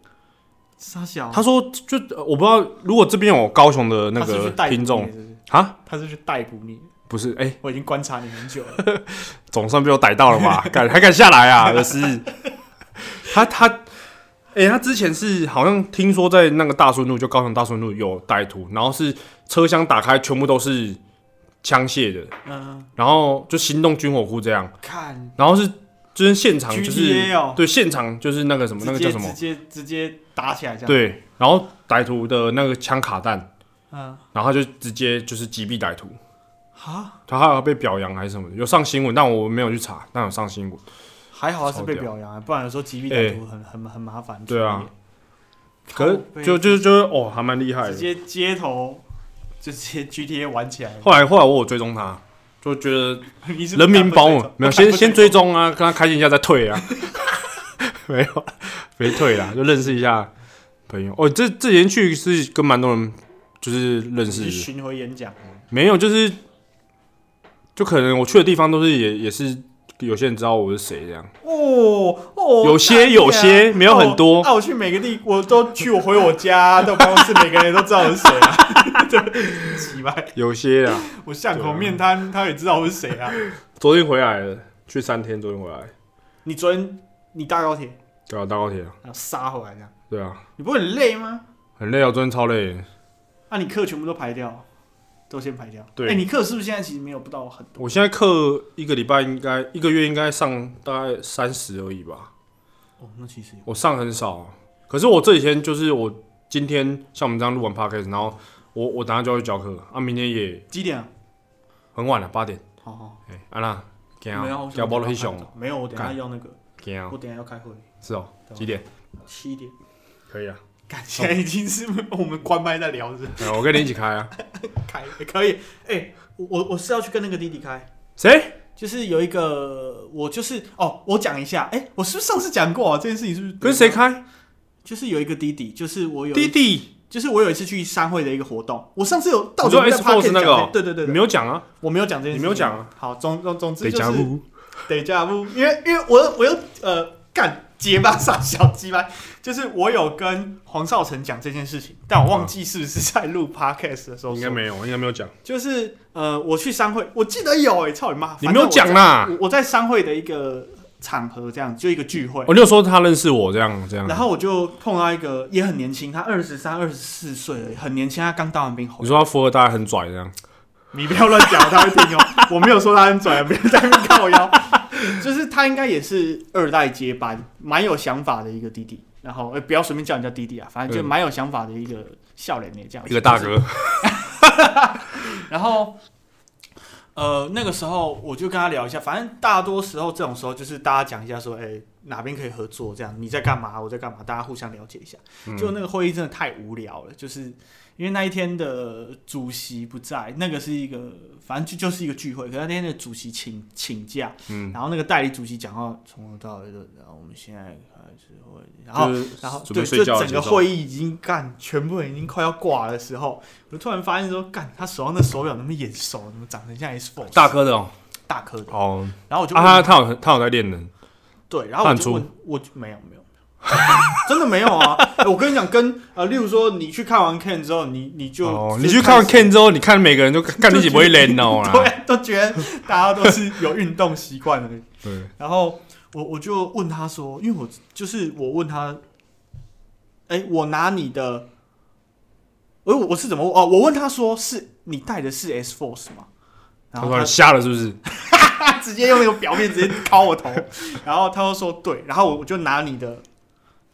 Speaker 2: 傻小，啊
Speaker 1: 他说就呃我不知道，如果这边有高雄的那
Speaker 2: 他是去
Speaker 1: 个
Speaker 2: 逮捕
Speaker 1: 听
Speaker 2: 你
Speaker 1: 众
Speaker 2: 是不是
Speaker 1: 啊，
Speaker 2: 他是去逮捕你。
Speaker 1: 不是哎、
Speaker 2: 我已经观察你很久了，
Speaker 1: 总算被我逮到了嘛， [laughs] 敢还敢下来啊？可
Speaker 2: [laughs]
Speaker 1: 是他他，哎、他之前是好像听说在那个大顺路，就高雄大顺路有歹徒，然后是车厢打开全部都是枪械的，
Speaker 2: 嗯，
Speaker 1: 然后就行动军火库这样，
Speaker 2: 看
Speaker 1: 然后是就是现场就是
Speaker 2: GTA 哦，
Speaker 1: 对现场就是那个什么那
Speaker 2: 直
Speaker 1: 个叫
Speaker 2: 接
Speaker 1: 什么
Speaker 2: 直接直接打起来这样，，
Speaker 1: 对，然后歹徒的那个枪卡弹，
Speaker 2: 嗯，
Speaker 1: 然后他就直接就是击毙歹徒，
Speaker 2: 哈，
Speaker 1: 他还有被表扬还是什么的，有上新闻，但我没有去查，但有上新闻。
Speaker 2: 还好他是被
Speaker 1: 超屌哎
Speaker 2: 表扬啊，不然有时候击毙歹徒很很很麻烦。
Speaker 1: 对啊
Speaker 2: 处理，
Speaker 1: 可
Speaker 2: 靠背
Speaker 1: 是就就就是哦，还蛮厉害
Speaker 2: 直
Speaker 1: 的。
Speaker 2: 接街头就直接 GTA 玩起来，
Speaker 1: [laughs] 后来后来我有追踪他，就觉得
Speaker 2: 你是不
Speaker 1: 人民
Speaker 2: 敢
Speaker 1: 保
Speaker 2: 不追
Speaker 1: 姆没
Speaker 2: 踪
Speaker 1: 有
Speaker 2: 不敢
Speaker 1: 先
Speaker 2: 不
Speaker 1: 先追踪啊，跟他开心一下再退啊， [laughs] 没有没退啦，就认识一下朋友。哦，这这连去是跟蛮多人就是认
Speaker 2: 你
Speaker 1: 识，
Speaker 2: 去巡回演讲哦，
Speaker 1: 没有就是就可能我去的地方都是也也是有些人知道我是谁这样，
Speaker 2: 哦哦
Speaker 1: 有些有些没有很多
Speaker 2: 那、啊我去每个地，我都去，我回我家到办公室，每个人都知道我是谁啊。 [laughs] 对，奇怪，
Speaker 1: 有些啊，
Speaker 2: [laughs] 我巷口面摊，他也知道我是谁啊。
Speaker 1: 昨天回来了，去三天，昨天回来，
Speaker 2: 你昨天你搭高铁，
Speaker 1: 对啊，搭高铁啊，
Speaker 2: 然后杀回来这样，
Speaker 1: 对啊，
Speaker 2: 你不会很累吗？
Speaker 1: 很累啊，昨天超累的。
Speaker 2: 啊，你课全部都排掉，都先排掉。
Speaker 1: 对
Speaker 2: 哎、你课是不是现在其实没有不到很多？
Speaker 1: 我现在课一个礼拜应该一个月应该上大概三十而已吧，
Speaker 2: 哦，那其实
Speaker 1: 我上很少。啊可是我这几天就是我今天像我们这样录完 podcast，然后我我等下就要去教课啊，明天也
Speaker 2: 几点啊？
Speaker 1: 很晚了，八点。
Speaker 2: 好好，
Speaker 1: 哎、安娜，今
Speaker 2: 哦没有，
Speaker 1: 啊
Speaker 2: 我，想
Speaker 1: 要包了黑熊
Speaker 2: 赶快，没有，我等一下要那个，
Speaker 1: 今啊
Speaker 2: 我，等一下要开会，
Speaker 1: 是哦，
Speaker 2: 对啊
Speaker 1: 几点？
Speaker 2: 七点。哦
Speaker 1: 可以啊，
Speaker 2: 感现在已经是我们关麦在聊是不是
Speaker 1: 哎我跟你一起开啊。
Speaker 2: 开 [laughs] 可以，哎、我我我是要去跟那个弟弟开，
Speaker 1: 谁？
Speaker 2: 就是有一个我就是哦，我讲一下，哎、我是不是上次讲过啊？这件事情是不是
Speaker 1: 跟谁？开？
Speaker 2: 就是有一个弟弟，就是我有
Speaker 1: 弟，
Speaker 2: 一
Speaker 1: 弟，
Speaker 2: 就是我有一次去商会的一个活动，我上次有到
Speaker 1: 你说
Speaker 2: 底有没有
Speaker 1: S4
Speaker 2: podcast
Speaker 1: 那个
Speaker 2: 讲
Speaker 1: 哦
Speaker 2: 对对对
Speaker 1: 你
Speaker 2: 对，
Speaker 1: 没有讲啊？
Speaker 2: 我没有讲这件事，
Speaker 1: 你没有讲啊。
Speaker 2: 好，总总总之
Speaker 1: 得
Speaker 2: 就
Speaker 1: 加
Speaker 2: 是
Speaker 1: 入
Speaker 2: 得加入，因为因为我有我有呃干结巴上小鸡巴，就是我有跟黄少成讲这件事情，但我忘记是不是在录 podcast 的时候
Speaker 1: 应该
Speaker 2: 说
Speaker 1: 没有，应该没有讲。
Speaker 2: 就是呃，我去商会，我记得有哎、操你妈！
Speaker 1: 你没有讲啊
Speaker 2: 反
Speaker 1: 啦
Speaker 2: 正。我在我我在商会的一个场合，这样就一个聚会，
Speaker 1: 我就说他认识我这样这样。
Speaker 2: 然后我就碰到一个也很年轻，他二十三、二十四岁而已，很年轻，他刚当完兵
Speaker 1: 你
Speaker 2: 回来。
Speaker 1: 说他富二代很拽这样，
Speaker 2: 你不要乱讲，他会 [laughs] 听哦。我没有说他很拽，不要在那边靠腰。 [laughs] 就是他应该也是二代接班，蛮有想法的一个弟弟。然后，呃，不要随便叫人家弟弟啊，反正就
Speaker 1: 嗯
Speaker 2: 蛮有想法的一个笑脸的这样。
Speaker 1: 一个大哥。
Speaker 2: 然后，呃，那个时候我就跟他聊一下，反正大多时候这种时候就是大家讲一下说，哎，哪边可以合作，这样你在干嘛，我在干嘛，大家互相了解一下。就那个会议真的太无聊了，就是因为那一天的主席不在，那个是一个反正就就是一个聚会，可是那天的主席请请假，
Speaker 1: 嗯
Speaker 2: 然后那个代理主席讲话从头到尾都，然后我们现在开始会，然后
Speaker 1: 就是
Speaker 2: 然后
Speaker 1: 准
Speaker 2: 对，
Speaker 1: 备睡
Speaker 2: 就
Speaker 1: 觉的
Speaker 2: 整
Speaker 1: 节
Speaker 2: 个
Speaker 1: 奏
Speaker 2: 会议已经干，全部人已经快要挂的时候，我就突然发现说，干他手上的手表那么眼熟，怎么长成像 S Four
Speaker 1: 大哥的哦，
Speaker 2: 大颗的？
Speaker 1: 哦，
Speaker 2: 然后我就
Speaker 1: 啊，
Speaker 2: 问、
Speaker 1: 他他有他有在练人，
Speaker 2: 对，然后
Speaker 1: 他
Speaker 2: 我就
Speaker 1: 很
Speaker 2: 问，我就没有没有，真的没有
Speaker 1: [laughs]
Speaker 2: 啊！哎我跟你讲，跟呃，例如说你去看完 Ken 之后，你你就、
Speaker 1: 哦，
Speaker 2: 就
Speaker 1: 你去看完
Speaker 2: 开始
Speaker 1: Ken 之后，你看每个
Speaker 2: [laughs]
Speaker 1: 人都干你几不会练哦啦，
Speaker 2: 对，都觉得大家都是有运动习惯的人。
Speaker 1: 对，
Speaker 2: 然后我我就问他说，因为我就是我问他，哎、我拿你的，哎、我我是怎么哦？我问他说，是你带的是 S Force 吗？
Speaker 1: 他
Speaker 2: 然后
Speaker 1: 说
Speaker 2: 他
Speaker 1: 你瞎了是不是？
Speaker 2: 他 [laughs] 直接用那个表面直接敲我头，然后他就说对，然后我就拿你的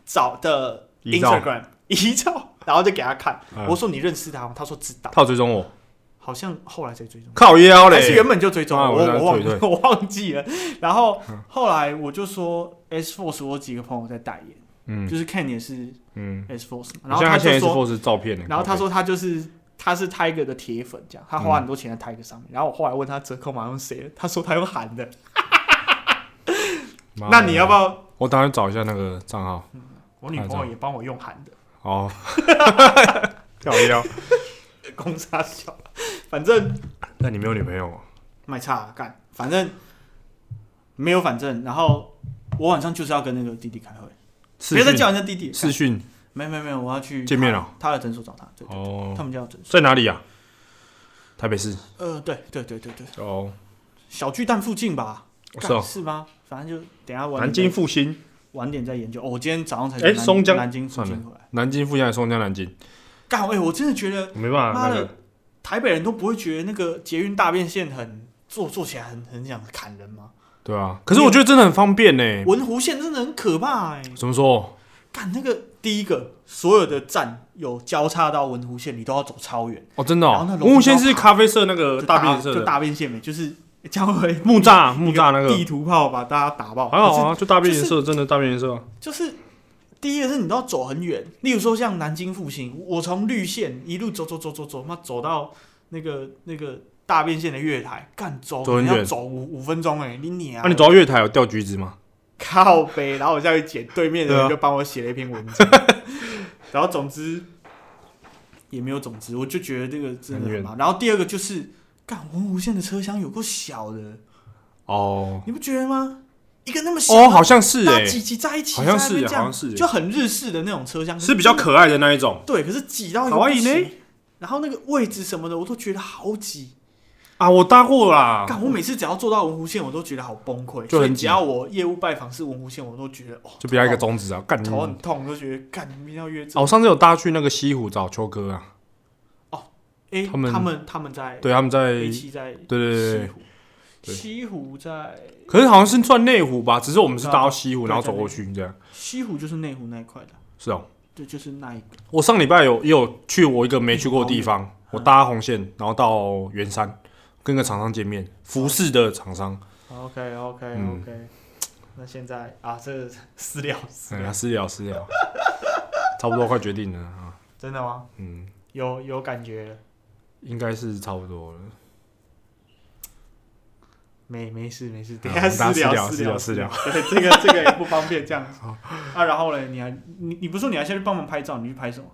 Speaker 2: 找的
Speaker 1: 遗照
Speaker 2: Instagram 遗照，然后就给他看，
Speaker 1: 嗯
Speaker 2: 我说你认识他吗？他说知道，
Speaker 1: 他有追踪我，
Speaker 2: 好像后来才追踪。
Speaker 1: 靠腰
Speaker 2: 还是
Speaker 1: 嘞
Speaker 2: 原，本就追踪
Speaker 1: 啊
Speaker 2: 我，
Speaker 1: 我知道
Speaker 2: 我忘
Speaker 1: 对
Speaker 2: [laughs] 我忘记了。然后后来我就说 S Force，我有几个朋友在代言，
Speaker 1: 嗯
Speaker 2: 就是 Ken 也是
Speaker 1: 嗯，
Speaker 2: S Force，嘛然
Speaker 1: 我
Speaker 2: 后
Speaker 1: 现在
Speaker 2: 他
Speaker 1: 看现在 S
Speaker 2: 就说，
Speaker 1: Four 是照片呢，
Speaker 2: 然后他说他就是他是 Tiger 的铁粉，这样
Speaker 1: 嗯
Speaker 2: 他花很多钱在 Tiger 上面。然后我后来问他折扣码用谁的，他说他用韩的。
Speaker 1: 靠背，
Speaker 2: 那你要不
Speaker 1: 要？
Speaker 2: 要？
Speaker 1: 我打算找一下那个账号，
Speaker 2: 我女朋友也帮我用韩的，
Speaker 1: [laughs] 哦，靠腰，
Speaker 2: 公差小，反正
Speaker 1: 那你没有女朋友吗？
Speaker 2: 卖差啊干，反正没有反正。然后我晚上就是要跟那个弟弟开会，
Speaker 1: 视
Speaker 2: 别再
Speaker 1: 讯
Speaker 2: 叫人家弟弟了，
Speaker 1: 视讯
Speaker 2: 没有没有没有，我要去
Speaker 1: 见面了，
Speaker 2: 他的诊所找他，对对对，
Speaker 1: 哦
Speaker 2: 他，们家有诊所。
Speaker 1: 在哪里啊？台北市
Speaker 2: 呃，对对对对对，
Speaker 1: 哦，
Speaker 2: 小巨蛋附近吧？
Speaker 1: 是哦
Speaker 2: 干是吗？反正就等一下晚
Speaker 1: 南京复兴，
Speaker 2: 晚点再研究。哦，我今天早上才
Speaker 1: 哎
Speaker 2: 从南
Speaker 1: 松江
Speaker 2: 南京附近
Speaker 1: 算
Speaker 2: 回来。
Speaker 1: 南京复兴还是松江南京？
Speaker 2: 干，哎，我真的觉得
Speaker 1: 我没办法，
Speaker 2: 妈
Speaker 1: 那
Speaker 2: 的
Speaker 1: 个
Speaker 2: 台北人都不会觉得那个捷运大变线很做做起来很很想砍人吗？
Speaker 1: 对啊，可是我觉得真的很方便呢。
Speaker 2: 文湖线真的很可怕哎、
Speaker 1: 怎么说？
Speaker 2: 干那个第一个所有的站有交叉到文湖线，你都要走超远。
Speaker 1: 哦，真的
Speaker 2: 然后那
Speaker 1: 哦，
Speaker 2: 龙
Speaker 1: 文武线是
Speaker 2: 高
Speaker 1: 咖啡色那个呃
Speaker 2: 就
Speaker 1: 大变色
Speaker 2: 就
Speaker 1: 的
Speaker 2: 大变线没，就是欸这样会
Speaker 1: 木
Speaker 2: [laughs]
Speaker 1: 栅木栅那个，
Speaker 2: 地图炮把大家打爆。
Speaker 1: 还好啊，就大变
Speaker 2: 就是
Speaker 1: 色，真的大变色啊。
Speaker 2: 就是第一个是你都要走很远，例如说像南京复兴，我从绿线一路走走走走走，妈走到那个那个大变线的月台，干走
Speaker 1: 走很
Speaker 2: 你要
Speaker 1: 远
Speaker 2: 走五五分钟哎、你你啊，
Speaker 1: 那你走到月台有掉橘子吗？
Speaker 2: 靠北，然后我下去捡，对面的
Speaker 1: 对
Speaker 2: 人
Speaker 1: 啊
Speaker 2: 就帮我写了一篇
Speaker 1: [laughs]
Speaker 2: 文章，然后总之也没有总之，我就觉得这个真的
Speaker 1: 很
Speaker 2: 很
Speaker 1: 远
Speaker 2: 麻烦。然后第二个就是，干文湖线的车厢有够小的，
Speaker 1: 哦
Speaker 2: 你不觉得吗？一个那么小
Speaker 1: 哦，
Speaker 2: 的
Speaker 1: 好像是
Speaker 2: 大
Speaker 1: 哎
Speaker 2: 家，挤挤在一起，
Speaker 1: 好像
Speaker 2: 在那
Speaker 1: 是
Speaker 2: 边
Speaker 1: 欸
Speaker 2: 这样
Speaker 1: 好像是欸
Speaker 2: 就很日式的那种车厢，
Speaker 1: 是比较可爱的那一种
Speaker 2: 对，可是挤到一个
Speaker 1: 可爱
Speaker 2: 不
Speaker 1: 呢
Speaker 2: 行然后那个位置什么的，我都觉得好挤。
Speaker 1: 啊。我搭过啦，
Speaker 2: 干，我每次只要坐到文湖线，我都觉得好崩溃。
Speaker 1: 就
Speaker 2: 所
Speaker 1: 很
Speaker 2: 以
Speaker 1: 挤
Speaker 2: 只要我业务拜访是文湖线，我都觉得哦，
Speaker 1: 就比较一个中指啊，干你
Speaker 2: 头很痛，都觉得干，明天要约
Speaker 1: 哦，
Speaker 2: 走。
Speaker 1: 我上次有搭去那个西湖找秋哥啊，
Speaker 2: 哎，
Speaker 1: 他们
Speaker 2: 他们他们在
Speaker 1: 对，他们在
Speaker 2: A 七在
Speaker 1: 对对对
Speaker 2: 西
Speaker 1: 对
Speaker 2: 湖，
Speaker 1: 对
Speaker 2: 西湖在
Speaker 1: 可是好像是算内湖吧，只是我们是搭到西湖，
Speaker 2: 对
Speaker 1: 然后走过去这样。
Speaker 2: 西湖就是内湖那一块的，
Speaker 1: 是哦，
Speaker 2: 对，就是那一个。
Speaker 1: 我上礼拜有也有去我一个没去过的地
Speaker 2: 嗯
Speaker 1: 方，我搭红线，然后到圆山跟个厂商见面，服饰的厂商，
Speaker 2: OK OK
Speaker 1: 嗯
Speaker 2: OK，那现在啊，这个 [laughs] 私聊私
Speaker 1: 嗯，
Speaker 2: 聊，
Speaker 1: 私聊私聊，差不多快决定了啊，
Speaker 2: 真的吗？
Speaker 1: 嗯，
Speaker 2: 有有感觉了。
Speaker 1: 应该是差不多了。
Speaker 2: 没没事没事，
Speaker 1: 好
Speaker 2: 等一下
Speaker 1: 我们大家
Speaker 2: 聊
Speaker 1: 私
Speaker 2: 私
Speaker 1: 聊
Speaker 2: 私
Speaker 1: 私聊。
Speaker 2: 对，这个这个也不方便这样子。啊，然后嘞，你还你你不是说你还下去帮忙拍照，你去拍什么？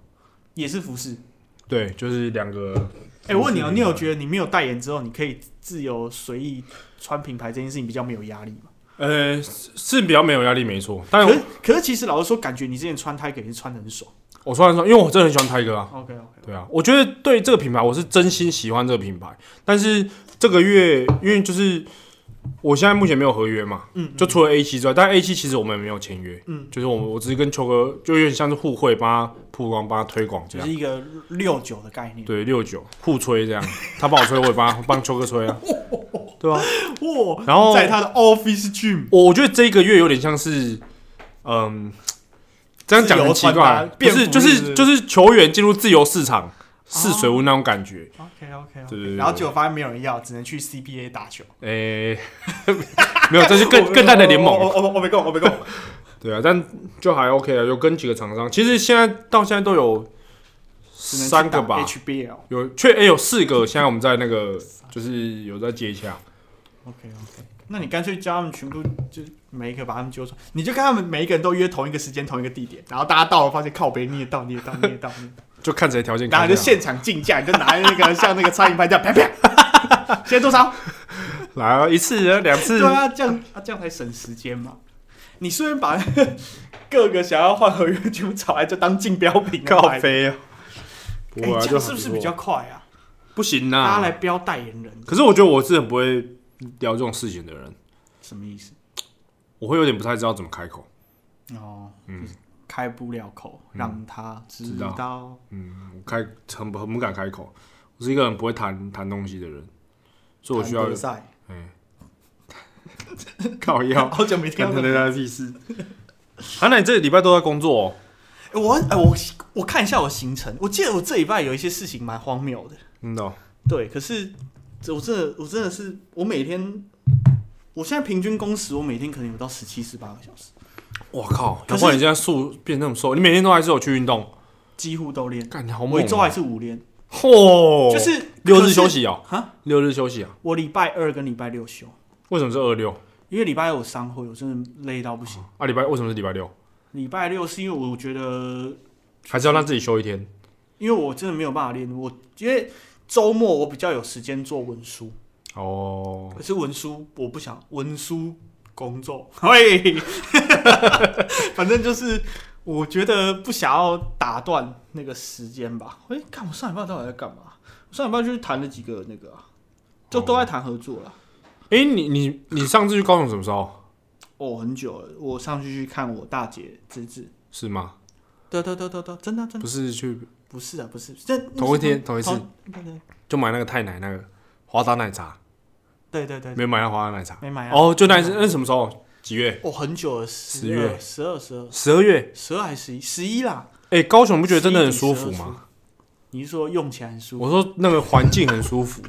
Speaker 2: 也是服饰。
Speaker 1: 对，就是两个。
Speaker 2: 哎，我问你
Speaker 1: 服
Speaker 2: 哦，
Speaker 1: 饰
Speaker 2: 你有觉得你没有代言之后，你可以自由随意穿品牌这件事情比较没有压力吗？
Speaker 1: 呃是是比较没有压力，没错。但
Speaker 2: 可
Speaker 1: 我
Speaker 2: 是可是其实老实说，感觉你之前穿 Tiger 也是穿的很爽。
Speaker 1: 我说来说，因为我真的很喜欢泰哥啊，
Speaker 2: OK OK，
Speaker 1: 对啊，我觉得对这个品牌我是真心喜欢这个品牌，但是这个月因为就是我现在目前没有合约嘛，
Speaker 2: 嗯，
Speaker 1: 就除了 A 七之外，但 A 七其实我们也没有签约，
Speaker 2: 嗯，
Speaker 1: 就是我们我只是跟秋哥就有点像是互惠，帮他曝光，帮他推广这
Speaker 2: 就
Speaker 1: 样
Speaker 2: 是。一个六九的概念。
Speaker 1: 对，六九互吹这样，他帮我吹，我也帮他 [laughs] 帮秋哥吹啊，对啊，
Speaker 2: 哇，
Speaker 1: 然后
Speaker 2: 在他的 Office Gym
Speaker 1: 我我觉得这一个月有点像是，嗯，这样讲很奇怪，不
Speaker 2: 自由穿搭
Speaker 1: 是
Speaker 2: 便服
Speaker 1: 就是
Speaker 2: 不
Speaker 1: 是
Speaker 2: 是
Speaker 1: 就是球员进入自由市场试水温那种感觉，
Speaker 2: OK OK，
Speaker 1: 对对对
Speaker 2: 哦然后结果发现没有人要，只能去 CBA 打球。
Speaker 1: 诶、 [laughs] 没有，这是更更大的联
Speaker 2: 我
Speaker 1: 盟，
Speaker 2: 我我我没空，我没空。
Speaker 1: 对啊，但就还 OK 啊，有跟几个厂商，其实现在到现在都有
Speaker 2: 只能去
Speaker 1: 三个
Speaker 2: 打
Speaker 1: 吧，
Speaker 2: HBL。
Speaker 1: 有确哎、有四个，现在我们在那个就是有在接洽，
Speaker 2: OK OK，那你干脆叫他们全部就是每一个把他们揪出来，你就跟他们每一个人都约同一个时间、同一个地点，然后大家到了发现靠北你也到，你也到，你也到，你也到
Speaker 1: 就看谁条件
Speaker 2: 然
Speaker 1: 高
Speaker 2: 后
Speaker 1: 这样。
Speaker 2: 就现场竞价，你就拿那个像那个苍蝇拍这样啪啪，现在多少？
Speaker 1: 来啊，一次啊两次
Speaker 2: 对，啊，这样啊这样才省时间嘛。你顺便把各个想要换合约全部找来，就当竞标品
Speaker 1: [laughs]
Speaker 2: 来
Speaker 1: 靠
Speaker 2: 卖，
Speaker 1: 飞啊，
Speaker 2: 哎，
Speaker 1: 我啊
Speaker 2: 这
Speaker 1: 就
Speaker 2: 样
Speaker 1: 很
Speaker 2: 是不是
Speaker 1: 错
Speaker 2: 比较快啊？
Speaker 1: 不行
Speaker 2: 大家
Speaker 1: 呐、
Speaker 2: 来标代言人，
Speaker 1: 可是我觉得我是很不会聊这种事情的人，
Speaker 2: 什么意思？
Speaker 1: 我会有点不太知道怎么开口。
Speaker 2: 哦，就是开不了口，让他
Speaker 1: 嗯
Speaker 2: 知
Speaker 1: 知道
Speaker 2: 道。
Speaker 1: 嗯，我开很很不敢开口，我是一个很不会谈谈东西的人，所以我需要
Speaker 2: 谭德赛
Speaker 1: [laughs] 靠腰。
Speaker 2: [laughs] 好久没听
Speaker 1: 看 [laughs] 他
Speaker 2: 到这个。
Speaker 1: 的屁事。啊，那你这个礼拜都在工作、哦？
Speaker 2: 我哎我我看一下我行程，我记得我这礼拜有一些事情蛮荒谬的。
Speaker 1: 嗯哦，
Speaker 2: 对，可是这我真的我真的是我每天，我现在平均工时我每天可能有到十七十八个小时，
Speaker 1: 我靠！
Speaker 2: 可
Speaker 1: 难
Speaker 2: 是
Speaker 1: 怪你现在瘦变那么瘦，你每天都还是有去运动，
Speaker 2: 几乎都练。
Speaker 1: 干你好
Speaker 2: 我
Speaker 1: 猛、
Speaker 2: 一周还是五练，
Speaker 1: 嚯！
Speaker 2: 就是
Speaker 1: 六日休。息哦，
Speaker 2: 可是哈，
Speaker 1: 六日休息啊？
Speaker 2: 我礼拜二跟礼拜六休，
Speaker 1: 为什么是二六？
Speaker 2: 因为礼拜二有商会，我真的累到不行。
Speaker 1: 啊，礼拜为什么是礼拜六？
Speaker 2: 礼拜六是因为我觉得
Speaker 1: 还是要让自己休一天？
Speaker 2: 因为我真的没有办法练，我因为周末我比较有时间做文书，
Speaker 1: 哦，
Speaker 2: 可是文书我不想文书工作， [laughs] 嘿，反正就是我觉得不想要打断那个时间吧。哎、看我上礼拜到底在干嘛？我上礼拜就是谈了几个那个、啊，就都在谈合作了。
Speaker 1: 哎、你你你上次去高雄什么时候？
Speaker 2: 哦，很久了，我上去去看我大姐侄子。
Speaker 1: 是吗？
Speaker 2: 对对对对对，真的真的
Speaker 1: 不是去
Speaker 2: 不是啊，不是，这
Speaker 1: 同一天同一次，
Speaker 2: 对对
Speaker 1: 就买那个太奶那个华达奶茶，
Speaker 2: 对对对，
Speaker 1: 没有买到华达奶茶。
Speaker 2: 没买啊。
Speaker 1: 哦，就那一次，那是什么时候？几月？
Speaker 2: 哦，很久了，
Speaker 1: 十月
Speaker 2: 十二、十二、
Speaker 1: 十二月。
Speaker 2: 十二还是十一、十一啦。
Speaker 1: 哎、高雄不觉得真的很舒服
Speaker 2: 11
Speaker 1: 吗？？
Speaker 2: 你是说用起来很舒服？
Speaker 1: 我说那个环境很舒服，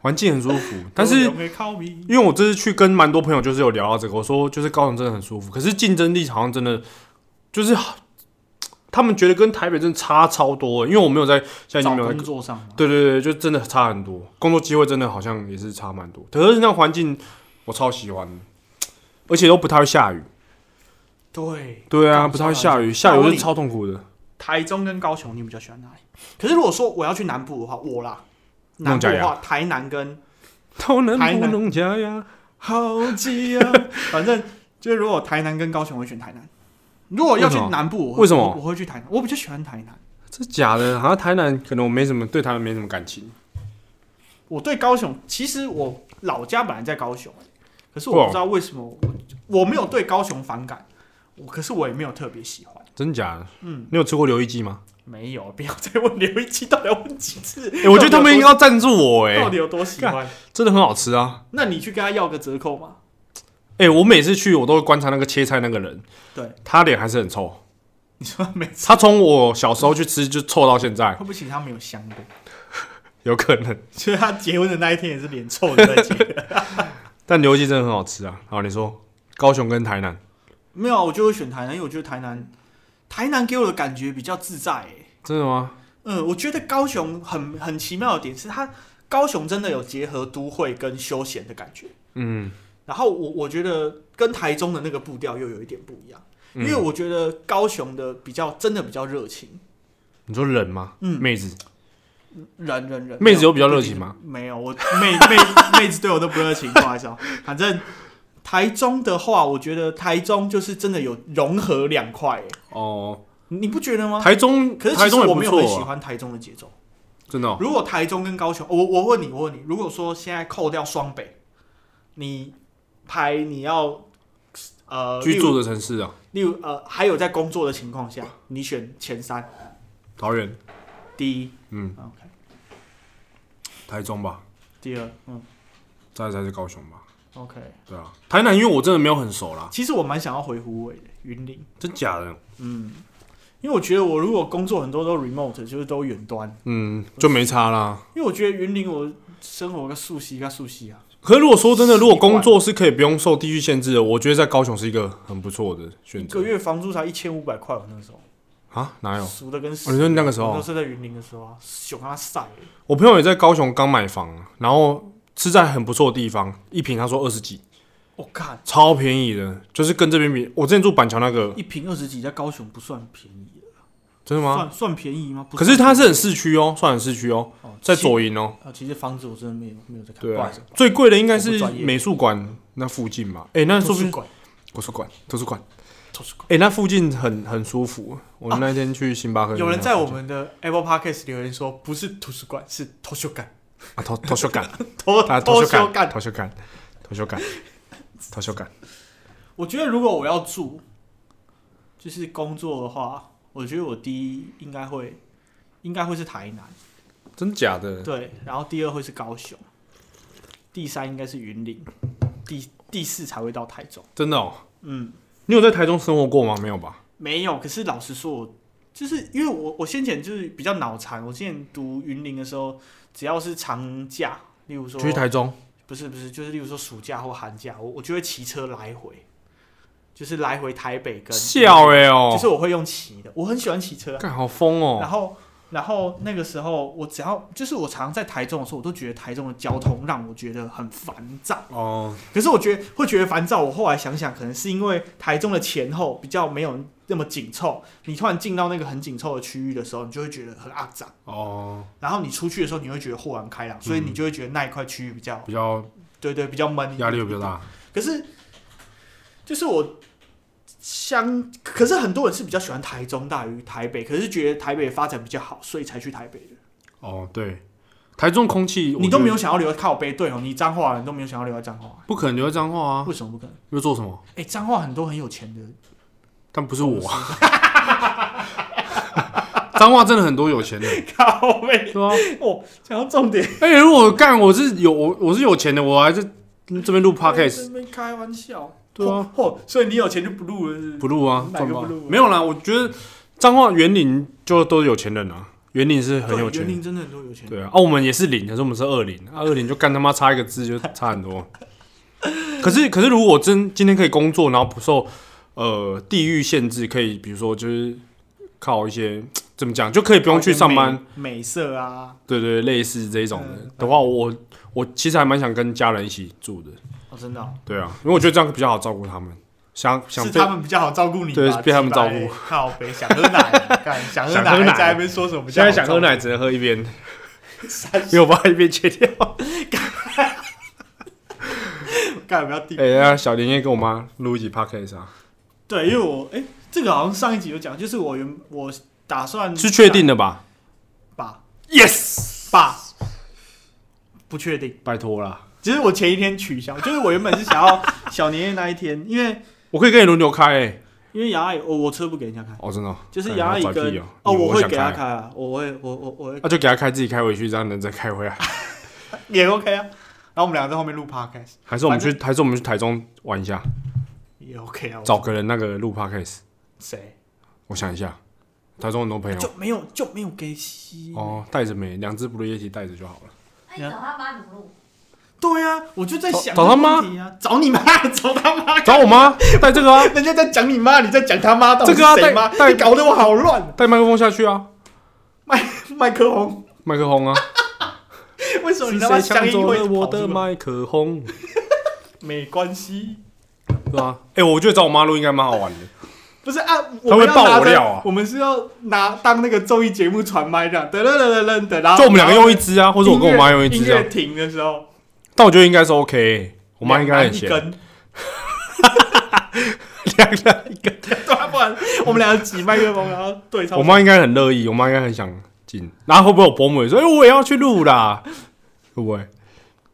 Speaker 1: 环境很舒服，但是
Speaker 2: 有没有靠你
Speaker 1: 因为我这次去跟蛮多朋友就是有聊到这个，我说就是高雄真的很舒服，可是竞争力好像真的就是他们觉得跟台北真的差超多，欸因为我没有在现在已经
Speaker 2: 找
Speaker 1: 没有
Speaker 2: 工
Speaker 1: 在，
Speaker 2: 作上嘛，
Speaker 1: 对对对，就真的差很多，工作机会真的好像也是差蛮多，可是那环境我超喜欢的，而且都不太会下雨，
Speaker 2: 对，
Speaker 1: 对啊，
Speaker 2: 高雄
Speaker 1: 不太会下雨，下雨
Speaker 2: 那我
Speaker 1: 就
Speaker 2: 问
Speaker 1: 是
Speaker 2: 你
Speaker 1: 超痛苦的，
Speaker 2: 台中跟高雄你比较喜欢哪里？可是如果说我要去南部的话，我啦，南部的
Speaker 1: 弄
Speaker 2: 话，台南跟
Speaker 1: 都能
Speaker 2: 台
Speaker 1: 不
Speaker 2: 南
Speaker 1: 能家呀？
Speaker 2: 好挤啊， [laughs] 反正就是如果台南跟高雄，我会选台南。如果要去
Speaker 1: 为什么
Speaker 2: 南部，我
Speaker 1: 为什么
Speaker 2: 我我会去台南？我比较喜欢台南。
Speaker 1: 这假的，好像台南可能我没什么对台南没什么感情。
Speaker 2: 我对高雄，其实我老家本来在高雄，可是我不知道为什么我我没有对高雄反感，我可是我也没有特别喜欢。
Speaker 1: 真假的？
Speaker 2: 嗯，
Speaker 1: 你有吃过刘一记吗？
Speaker 2: 没有，不要再问刘一奇到底要问几 [laughs] 次。
Speaker 1: 哎、我觉得他们应该要赞助我、
Speaker 2: 到
Speaker 1: 哎，
Speaker 2: 底有多喜欢？
Speaker 1: 真的很好吃啊！
Speaker 2: 那你去跟他要个折扣嘛？
Speaker 1: 哎、我每次去我都会观察那个切菜那个人，
Speaker 2: 对，
Speaker 1: 他脸还是很臭。
Speaker 2: 你说每次
Speaker 1: 他从我小时候去吃就臭到现在，
Speaker 2: 会不会其实他没有香过？
Speaker 1: 有可能。
Speaker 2: 所以他结婚的那一天也是脸臭的在结婚。
Speaker 1: 但刘一记真的很好吃啊！好，你说高雄跟台南，
Speaker 2: [laughs] 没有啊，我就会选台南，因为我觉得台南，台南给我的感觉比较自在、欸。
Speaker 1: 真的吗？
Speaker 2: 嗯，我觉得高雄很很奇妙的点是，它高雄真的有结合都会跟休闲的感觉。
Speaker 1: 嗯，
Speaker 2: 然后我我觉得跟台中的那个步调又有一点不一样，
Speaker 1: 嗯
Speaker 2: 因为我觉得高雄的比较真的比较热情，
Speaker 1: 你说人吗？
Speaker 2: 嗯
Speaker 1: 妹子，
Speaker 2: 人人人
Speaker 1: 妹子
Speaker 2: 没
Speaker 1: 有比较热情吗？
Speaker 2: 没有，我妹 [laughs] 妹妹子对我都不热情，不好意思哦。反正台中的话，我觉得台中就是真的有融合两块，哎
Speaker 1: 哦，
Speaker 2: 你不觉得吗？
Speaker 1: 台中，
Speaker 2: 可是
Speaker 1: 台
Speaker 2: 其实
Speaker 1: 中也
Speaker 2: 我
Speaker 1: 不
Speaker 2: 没有很喜
Speaker 1: 错、啊，
Speaker 2: 欢台中的节奏。
Speaker 1: 真的哦、
Speaker 2: 如果台中跟高雄，我我问你，我问你，如果说现在扣掉双北，你拍你要呃
Speaker 1: 居住的城市啊，
Speaker 2: 例如例如呃还有在工作的情况下，你选前三
Speaker 1: 桃园，
Speaker 2: 第一
Speaker 1: 嗯，
Speaker 2: ，OK，
Speaker 1: 台中吧，
Speaker 2: 第二，嗯
Speaker 1: 再来才是高雄吧。
Speaker 2: ，OK。
Speaker 1: 对啊，台南因为我真的没有很熟啦，
Speaker 2: 其实我蛮想要回湖尾的云林。
Speaker 1: 真假的，
Speaker 2: 因为我觉得我如果工作很多都 remote，就是都远端，
Speaker 1: 嗯，就没差啦。
Speaker 2: 因为我觉得云林我生活个素悉个素悉啊，
Speaker 1: 可是如果说真的，
Speaker 2: 习
Speaker 1: 如
Speaker 2: 惯
Speaker 1: 果工作是可以不用受地域限制的，我觉得在高雄是一个很不错的
Speaker 2: 一
Speaker 1: 选
Speaker 2: 个
Speaker 1: 择。
Speaker 2: 月房租才一千五百块，我那时候
Speaker 1: 啊，哪有？
Speaker 2: 熟的跟死
Speaker 1: 哦，你说那个时候
Speaker 2: 我都，是在云林的时候啊，熊啊晒欸，
Speaker 1: 我朋友也在高雄刚买房，然后是在很不错的地方，一平他说二十几，
Speaker 2: 我看
Speaker 1: 超便宜的，就是跟这边比。我之前住板桥那个，
Speaker 2: 一瓶二十几，在高雄不算便宜了，
Speaker 1: 真的吗？
Speaker 2: 算算便宜吗？不
Speaker 1: 可是它是
Speaker 2: 算
Speaker 1: 很市区哦，算很市区哦，
Speaker 2: 便宜哦
Speaker 1: 在
Speaker 2: 其
Speaker 1: 左营哦。
Speaker 2: 啊，其实房子我真的没有没有在看，
Speaker 1: 对
Speaker 2: 不好
Speaker 1: 啊
Speaker 2: 意思，
Speaker 1: 最贵的应该
Speaker 2: 我不
Speaker 1: 是
Speaker 2: 专业
Speaker 1: 美术馆那附近吧？哎，那说
Speaker 2: 图
Speaker 1: 不
Speaker 2: 书
Speaker 1: 定
Speaker 2: 馆，
Speaker 1: 图书馆、图书馆，
Speaker 2: 图书馆。
Speaker 1: 哎，那附近很很舒服。我那天去星巴克，
Speaker 2: 啊有人在我们的 Apple Podcast 留言说，不是图书馆，是图书馆，
Speaker 1: 啊，图图书
Speaker 2: [laughs]
Speaker 1: 馆，
Speaker 2: 图
Speaker 1: 啊，图书
Speaker 2: 书
Speaker 1: 馆，
Speaker 2: 馆。
Speaker 1: 图书馆，图书馆，图书
Speaker 2: [laughs]
Speaker 1: 馆。
Speaker 2: 我觉得如果我要住，就是工作的话，我觉得我第一应该会，应该会是台南，
Speaker 1: 真假的？
Speaker 2: 对，然后第二会是高雄，第三应该是云林，第第四才会到台中。
Speaker 1: 真的哦？
Speaker 2: 嗯，
Speaker 1: 你有在台中生活过吗？没有吧？
Speaker 2: 没有。可是老实说，我就是因为我我先前就是比较脑残，我之前读云林的时候，只要是长假，例如说
Speaker 1: 去台中，
Speaker 2: 不是不是，就是例如说暑假或寒假，我我就会骑车来回，就是来回台北跟
Speaker 1: 笑哎哦
Speaker 2: 就，是我会用骑的，我很喜欢骑车啊、
Speaker 1: 干好疯哦
Speaker 2: 然。后然后那个时候我只要就是我常常在台中的时候，我都觉得台中的交通让我觉得很烦躁。
Speaker 1: 哦，
Speaker 2: 可是我觉得会觉得烦躁，我后来想想，可能是因为台中的前后比较没有那么紧凑，你突然进到那个很紧凑的区域的时候，你就会觉得很肮脏。
Speaker 1: 哦，
Speaker 2: 然后你出去的时候，你会觉得豁然开朗，所以你就会觉得那一块区域比较，
Speaker 1: 比较
Speaker 2: 对对，比较闷，
Speaker 1: 压力又比较。大。
Speaker 2: 可是，就是我相，可是很多人是比较喜欢台中大于台北，可是觉得台北发展比较好，所以才去台北的。
Speaker 1: 哦，对，台中空气
Speaker 2: 你都没
Speaker 1: 有，
Speaker 2: 有想要留在靠北，对哦，你彰化人都没有想要留在彰化，
Speaker 1: 不可能留在彰化啊，
Speaker 2: 为什么不可能？
Speaker 1: 又做什么？
Speaker 2: 哎，彰化很多很有钱的，
Speaker 1: 但不是我啊。 [laughs] 彰化真的很多有钱的，
Speaker 2: [laughs] [laughs] 靠北
Speaker 1: 对啊。
Speaker 2: [laughs] 哦，讲到重点，
Speaker 1: 哎、如果干我是有我我是有钱的，我还在这边录 podcast
Speaker 2: 没开玩笑，
Speaker 1: 对啊
Speaker 2: 嚯，嚯哦所以你有钱就不录了是
Speaker 1: 不
Speaker 2: 不是？
Speaker 1: 录啊，
Speaker 2: 哪
Speaker 1: 赚
Speaker 2: 个
Speaker 1: 爆
Speaker 2: 不录啊
Speaker 1: 没有啦，我觉得彰化园林就都有钱人啊，园林是很
Speaker 2: 对
Speaker 1: 有钱
Speaker 2: 园
Speaker 1: 人
Speaker 2: 林真的很多有钱人。
Speaker 1: 对啊，啊，我们也是零，可是我们是二零，啊，二零就干他妈差一个字就差很多。可是，可是如果我真今天可以工作，然后不受呃地域限制，可以比如说就是靠一些怎么讲，就可以不用去上班，
Speaker 2: 美，美色啊，
Speaker 1: 对对，类似这种的
Speaker 2: 嗯
Speaker 1: 的话，我我其实还蛮想跟家人一起住的，
Speaker 2: 哦，真的哦、
Speaker 1: 对啊，因为我觉得这样比较好照顾他们，想想
Speaker 2: 是
Speaker 1: 被
Speaker 2: 他们比较好照顾你吧，
Speaker 1: 对被他们照顾
Speaker 2: 鸡巴欸。靠北，想喝
Speaker 1: [laughs]
Speaker 2: 奶，干想喝
Speaker 1: 想喝
Speaker 2: 奶，
Speaker 1: 奶
Speaker 2: 在那边说什么？
Speaker 1: 现在想喝，奶只能喝一 [laughs] 边，因为我把一边切 [laughs] 掉。
Speaker 2: 干不要定。
Speaker 1: 哎呀，小林也跟我妈录一集 podcast 啊，
Speaker 2: 对，因为我哎、这个好像上一集有讲，就是我原我打算
Speaker 1: 是确定的吧
Speaker 2: 吧
Speaker 1: ？Yes，
Speaker 2: 吧，不确定。
Speaker 1: 拜托啦。
Speaker 2: 其实我前一天取消，就是我原本是想要小年夜那一天，因为
Speaker 1: 我可以跟你轮流开、欸，
Speaker 2: 因为杨阿姨，我我车不给人家开，
Speaker 1: 哦，真的哦、
Speaker 2: 就是
Speaker 1: 看
Speaker 2: 杨阿姨
Speaker 1: 他拽
Speaker 2: 跟
Speaker 1: 屁哦
Speaker 2: 哦，
Speaker 1: 你
Speaker 2: 我会
Speaker 1: 想
Speaker 2: 给她
Speaker 1: 开
Speaker 2: 开啊，我会我我我会
Speaker 1: 那、就给他开，自己开回去，这样能再开 [laughs] 回来，
Speaker 2: 也 OK 啊。然后我们两个在后面录 podcast
Speaker 1: 还是我们去，还是我们去台中玩一下，
Speaker 2: 也 OK 啊。我
Speaker 1: 找个人那个录 podcast，
Speaker 2: 谁
Speaker 1: 我想一下，台中很多朋友
Speaker 2: 就没有就没有给吸
Speaker 1: 哦，带着没，两只不液体带着就好 [laughs] 了，
Speaker 4: 那你找他妈怎么录？
Speaker 2: 对啊，我就在
Speaker 1: 找
Speaker 2: 想
Speaker 1: 找
Speaker 2: 这
Speaker 1: 他
Speaker 2: 个
Speaker 1: 妈
Speaker 2: 问题啊，找你妈， [laughs] 找他妈，
Speaker 1: 找我妈带这个啊，
Speaker 2: 人家在讲你妈，你在讲他妈，到底
Speaker 1: 这个啊
Speaker 2: 是谁
Speaker 1: 带
Speaker 2: 妈？
Speaker 1: 带
Speaker 2: 你搞得我好乱。
Speaker 1: 带麦克风下去啊，
Speaker 2: 麦麦克风，
Speaker 1: 麦克风啊，
Speaker 2: 为什么你
Speaker 1: 是
Speaker 2: 他妈
Speaker 1: 谁
Speaker 2: 乡
Speaker 1: 抢
Speaker 2: 音
Speaker 1: 走
Speaker 2: 会
Speaker 1: 了我的
Speaker 2: 跑出来？
Speaker 1: 麦克风？
Speaker 2: 没关系，
Speaker 1: 对吧、啊？哎、我觉得找我妈录应该蛮好玩的，
Speaker 2: 不是啊，
Speaker 1: 他
Speaker 2: 我
Speaker 1: 会
Speaker 2: 们要
Speaker 1: 爆
Speaker 2: 拿
Speaker 1: 我
Speaker 2: 着
Speaker 1: 料啊
Speaker 2: 我们是要拿当那个综艺节目传麦这样，噔噔噔噔噔噔，然后
Speaker 1: 就我们两个用一
Speaker 2: 然后
Speaker 1: 只啊，或者我跟我妈用一
Speaker 2: 音
Speaker 1: 只
Speaker 2: 乐
Speaker 1: 啊
Speaker 2: 音乐，停的时候，
Speaker 1: 但我觉得应该是 OK，欸、我妈应该很
Speaker 2: 一
Speaker 1: 闲， [laughs]
Speaker 2: 根， [laughs]
Speaker 1: 两个一个，
Speaker 2: 对啊，不然我们两个挤麦克风，然后对唱。
Speaker 1: 我妈应该很乐意，我妈应该很想进。然后会不会我伯母也说：“哎、我也要去录啦？”会不会？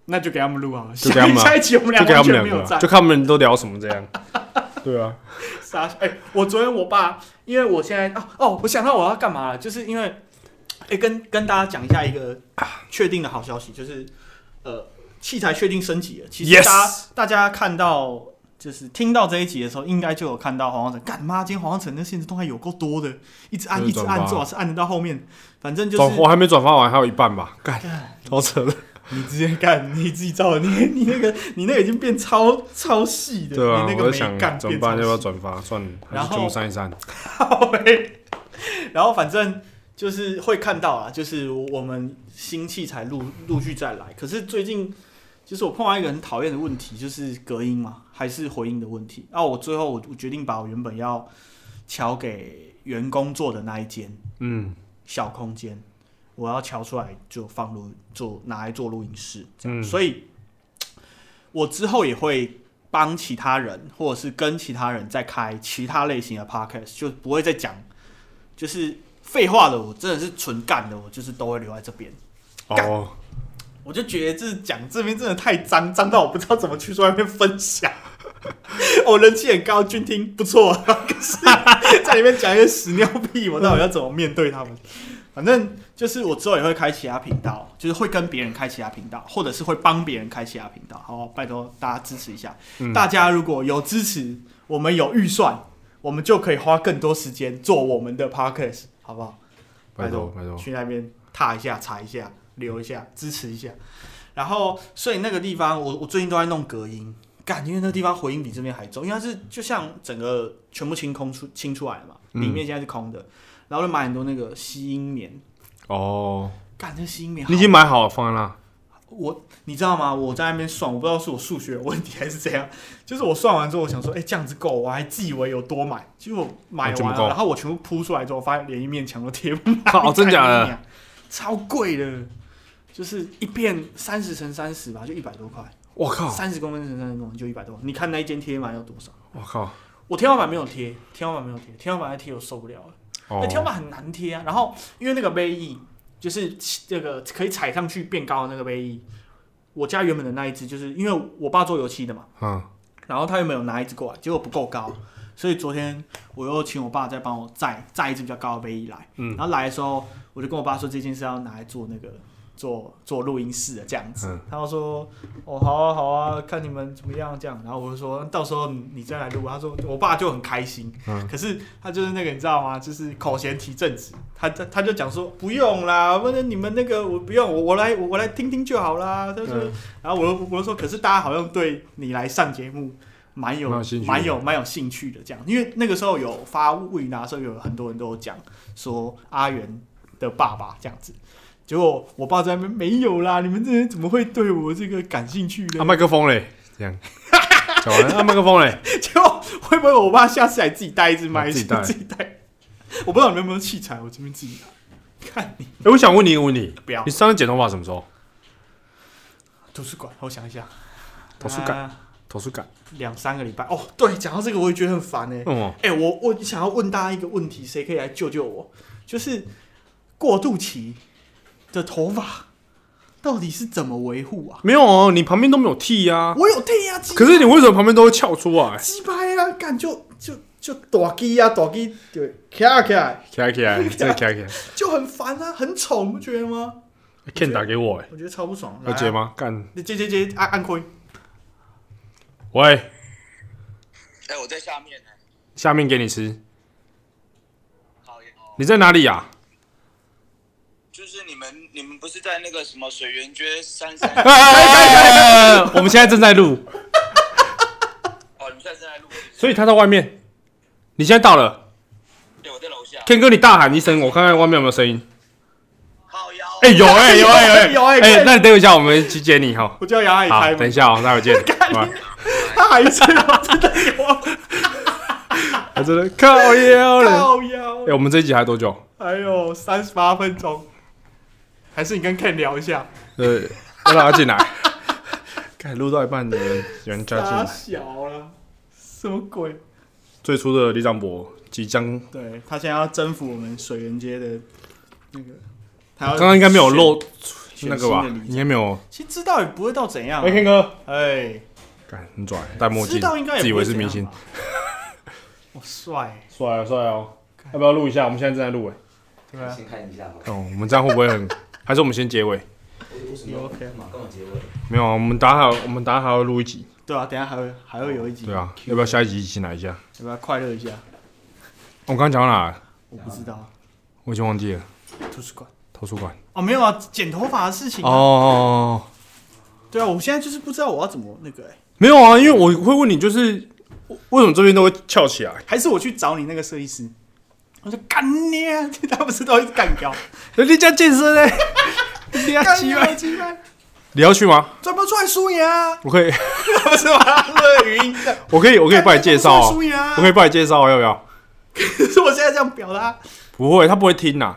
Speaker 2: 那就给他们录好了，
Speaker 1: 就给他们啊
Speaker 2: 下一期我们
Speaker 1: 就
Speaker 2: 俩
Speaker 1: 给他
Speaker 2: 完
Speaker 1: 们
Speaker 2: 全
Speaker 1: 两
Speaker 2: 没
Speaker 1: 个
Speaker 2: 有在
Speaker 1: 啊，就。看他们都聊什么这
Speaker 2: [laughs]
Speaker 1: 样。对啊，
Speaker 2: 傻笑。哎、我昨天我爸，因为我现在哦哦，我想到我要干嘛了，就是因为，哎、跟跟大家讲一下一个确定的好消息，就是呃，器材确定升级了。其实
Speaker 1: Yes
Speaker 2: 大家大家看到就是听到这一集的时候，应该就有看到黄黄城，干妈，今天黄黄城那现实动态有够多的，一直按
Speaker 1: 就是
Speaker 2: 一直
Speaker 1: 转发
Speaker 2: 按，最好是按得到后面，反正就
Speaker 1: 转、
Speaker 2: 是
Speaker 1: 我还没转发完，还有一半吧。干，
Speaker 2: 干
Speaker 1: 超扯的。
Speaker 2: [laughs] 你直接干，你自己照的，你你那个你那个已经变超超细的，
Speaker 1: 对啊，
Speaker 2: 你那
Speaker 1: 我在
Speaker 2: 个没
Speaker 1: 想
Speaker 2: 干
Speaker 1: 怎么
Speaker 2: 变
Speaker 1: 办，
Speaker 2: 超
Speaker 1: 要不要
Speaker 2: 细。
Speaker 1: 转发？算了，还
Speaker 2: 然
Speaker 1: 是
Speaker 2: 后
Speaker 1: 全部删一删。
Speaker 2: 靠背然后反正就是会看到啊，就是我们新器材陆陆续再来。可是最近就是我碰到一个很讨厌的问题，就是隔音嘛，还是回音的问题。啊，我最后我我决定把我原本要敲给员工做的那一间
Speaker 1: 嗯，
Speaker 2: 小空间，我要敲出来就放录做拿来做录音室这样。
Speaker 1: 嗯
Speaker 2: 所以，我之后也会帮其他人，或者是跟其他人再开其他类型的 podcast，就不会再讲就是废话的。我真的是纯干的，我就是都会留在这边。
Speaker 1: 哦，
Speaker 2: 我就觉得这讲这边真的太脏，脏到我不知道怎么去外面分享。 [laughs] 我人气很高，军听不错，可是在里面讲一些屎尿屁，我到底要怎么面对他们？反正就是我之后也会开其他频道，就是会跟别人开其他频道，或者是会帮别人开其他频道。好，拜托大家支持一下。大家如果有支持，我们有预算，我们就可以花更多时间做我们的 podcast，好不好？
Speaker 1: 拜托拜托，
Speaker 2: 去那边踏一下、踩一下、留一下、支持一下。然后，所以那个地方，我我最近都在弄隔音，感因为那个地方回音比这边还重，因为它是就像整个全部清空出清出来了嘛，
Speaker 1: 嗯
Speaker 2: 里面现在是空的，然后就买很多那个吸音棉，
Speaker 1: 哦，
Speaker 2: 干这吸音棉好，
Speaker 1: 你已经买好了放在那，
Speaker 2: 我你知道吗？我在那边算，我不知道是我数学有问题还是怎样，就是我算完之后，我想说，哎、这样子够，我还自以为有多买，结果买
Speaker 1: 哦这么
Speaker 2: 完
Speaker 1: 够
Speaker 2: 了，然后我全部铺出来之后，发现连一面墙都贴不满，
Speaker 1: 靠真假的
Speaker 2: 干你娘？超贵的，就是一片三十乘三十吧，就一百多块，
Speaker 1: 我靠，
Speaker 2: 三十公分乘三十公分就一百多块。你看那一间贴满要多少？
Speaker 1: 我靠，
Speaker 2: 我天花板没有贴，天花板没有贴，天花板再贴我受不了了。那、天
Speaker 1: 哦，
Speaker 2: 花板很难贴啊。然后因为那个杯翼就是这个可以踩上去变高的那个杯翼，我家原本的那一只，就是因为我爸做油漆的嘛，
Speaker 1: 嗯，
Speaker 2: 然后他原本有拿一只过来，结果不够高，所以昨天我又请我爸再帮我载载一只比较高的杯翼来。
Speaker 1: 嗯
Speaker 2: 然后来的时候我就跟我爸说这件事要拿来做那个。做做录音室的这样子，
Speaker 1: 嗯
Speaker 2: 他就说：“哦，好啊，好啊，看你们怎么样这样。”然后我就说：“嗯到时候你再来录。”他说：“我爸就很开心，
Speaker 1: 嗯
Speaker 2: 可是他就是那个你知道吗？就是口嫌体正直，他他他就讲说不用啦，不然你们那个我不用，我我来我我来听听就好啦。他说，
Speaker 1: 嗯
Speaker 2: 然后我就我就说，可是大家好像对你来上节目蛮
Speaker 1: 蛮
Speaker 2: 有
Speaker 1: 有兴趣的
Speaker 2: 蛮有蛮有兴趣的这样，因为那个时候有发问答的时候，有很多人都有讲说阿元的爸爸这样子。结果我爸在那边没有啦，你们这人怎么会对我这个感兴趣呢
Speaker 1: 那？啊麦克风嘞，这 [laughs] 样，讲完，啊那麦克风嘞，
Speaker 2: [laughs] 结果会不会我爸下次还自己带一支
Speaker 1: [laughs]
Speaker 2: 麦，
Speaker 1: 自己带
Speaker 2: 自己带？我不知道你们有没有器材，我这边自己拿。看你
Speaker 1: 哎，我想问你一个问题，
Speaker 2: 不要
Speaker 1: 你上次剪头发什么时候？
Speaker 2: 图书馆，我想一下，
Speaker 1: 图书馆
Speaker 2: 啊
Speaker 1: 图书馆，
Speaker 2: 两、三个礼拜。哦，对，讲到这个我也觉得很烦哎、欸。
Speaker 1: 嗯，
Speaker 2: 哎、我我想要问大家一个问题，谁可以来救救我？就是过渡期的头发到底是怎么维护啊？
Speaker 1: 没有哦，你旁边都没有剃啊， [laughs]
Speaker 2: 我有剃啊，鸡
Speaker 1: 可是你为什么旁边都会翘出 [laughs] 来？
Speaker 2: 鸡掰啊，干就就就大鸡啊，大鸡对，卡卡
Speaker 1: 起来起来，真的起来起来
Speaker 2: 就很烦啊，很丑，你不觉得吗？
Speaker 1: ，Ken 打给我，哎，
Speaker 2: 我觉得超不爽。
Speaker 1: 要接？吗？干，
Speaker 2: 你接接接，按按亏。
Speaker 1: 喂，
Speaker 4: 哎、我在下面呢、
Speaker 1: 下面给你吃，
Speaker 4: 好耶哦，
Speaker 1: 你在哪里啊呀？
Speaker 4: 就是你们，你们不是在那个什么水源街三三？
Speaker 1: 哎我们现在正在录，
Speaker 4: 哦，你们现在正在录？
Speaker 1: 所以他在外面。你现在到了
Speaker 4: 对，我在楼下。
Speaker 1: ，Ken 哥，你大喊一声，我看看外面有没有声音。
Speaker 4: 好呀、
Speaker 1: 哎、有哎、有哎、
Speaker 2: 有
Speaker 1: 有
Speaker 2: 哎
Speaker 1: 哎、
Speaker 2: 快
Speaker 1: 哎、那你等一下，我们去接你哈。
Speaker 2: 我叫杨阿姨
Speaker 1: 好
Speaker 2: 开，
Speaker 1: 等一
Speaker 2: 门，
Speaker 1: 下哦，待会 [laughs] 见。拜拜
Speaker 2: 他还是我真的
Speaker 1: [laughs]
Speaker 2: 有啊
Speaker 1: 我真的靠腰了。
Speaker 2: 靠腰
Speaker 1: 哎、。我们这一集还多久？
Speaker 2: 还有三十八分钟，还是你跟 Ken 聊一下？
Speaker 1: 呃，要让他进 [laughs] 来。看录到一半有人有人加进
Speaker 2: 大
Speaker 1: 来。
Speaker 2: 小了，什么鬼？
Speaker 1: 最初的李长博即将，
Speaker 2: 对他现在要征服我们水源街的那个，他要
Speaker 1: 刚刚应该没有漏
Speaker 2: 选
Speaker 1: 那个吧
Speaker 2: 选新的？理
Speaker 1: 应
Speaker 2: 解
Speaker 1: 该没有。
Speaker 2: 其实知道也不会到怎样、啊
Speaker 1: 哎、k e n 哥，
Speaker 2: 哎，
Speaker 1: 干很拽，戴墨
Speaker 2: 知
Speaker 1: 镜
Speaker 2: 道应该，也
Speaker 1: 自以
Speaker 2: 不会
Speaker 1: 为是
Speaker 2: 怎
Speaker 1: 明
Speaker 2: 样
Speaker 1: 星
Speaker 2: 吧，。 [laughs] 哇，帅，
Speaker 1: 啊帅啊帅哦！要不要录一下？我们现在正在录哎、
Speaker 2: 对啊，
Speaker 5: 先看一下嘛，
Speaker 1: 哦，我们这样会不会很？还是我们先结尾？
Speaker 5: 为什
Speaker 2: 你
Speaker 5: 么
Speaker 2: OK 啊
Speaker 5: 嘛？跟我结尾？
Speaker 1: 没有啊，我们打好，我们打好要录一集。
Speaker 2: 对啊，等一下还会还会有一集，
Speaker 1: 对啊，要不要下一集一起来一下？哦
Speaker 2: 要不要快乐一下？
Speaker 1: 我刚刚讲到哪了？
Speaker 2: 我不知道，啊
Speaker 1: 我已经忘记了。
Speaker 2: 图书馆
Speaker 1: 图书馆。
Speaker 2: 哦，没有啊，剪头发的事情、
Speaker 1: 哦
Speaker 2: 啊，
Speaker 1: 哦，哦
Speaker 2: 对啊，我现在就是不知道我要怎么那个、哎，
Speaker 1: 没有啊，因为我会问你，就是为什么这边都会翘起来？
Speaker 2: 还是我去找你那个设计师，我说干你啊， [laughs] 他不是都一直干
Speaker 1: [laughs]
Speaker 2: 掉，
Speaker 1: 你家健身 [laughs] 嘞，你家
Speaker 2: 干
Speaker 1: 鸡
Speaker 2: 你
Speaker 1: 巴
Speaker 2: 啊，鸡巴，
Speaker 1: 你要去吗？
Speaker 2: 怎么出来输赢 [laughs] 啊？
Speaker 1: 我可 [laughs] 以，
Speaker 2: 不是吧？乐语音，
Speaker 1: 我可以，我可以帮你介 [laughs] 绍
Speaker 2: 干你
Speaker 1: 哦
Speaker 2: 怎么出来输赢啊，
Speaker 1: 我可以帮你介绍哦，要不要？
Speaker 2: 可是我现在这样表达，
Speaker 1: 不会，他不会听呐、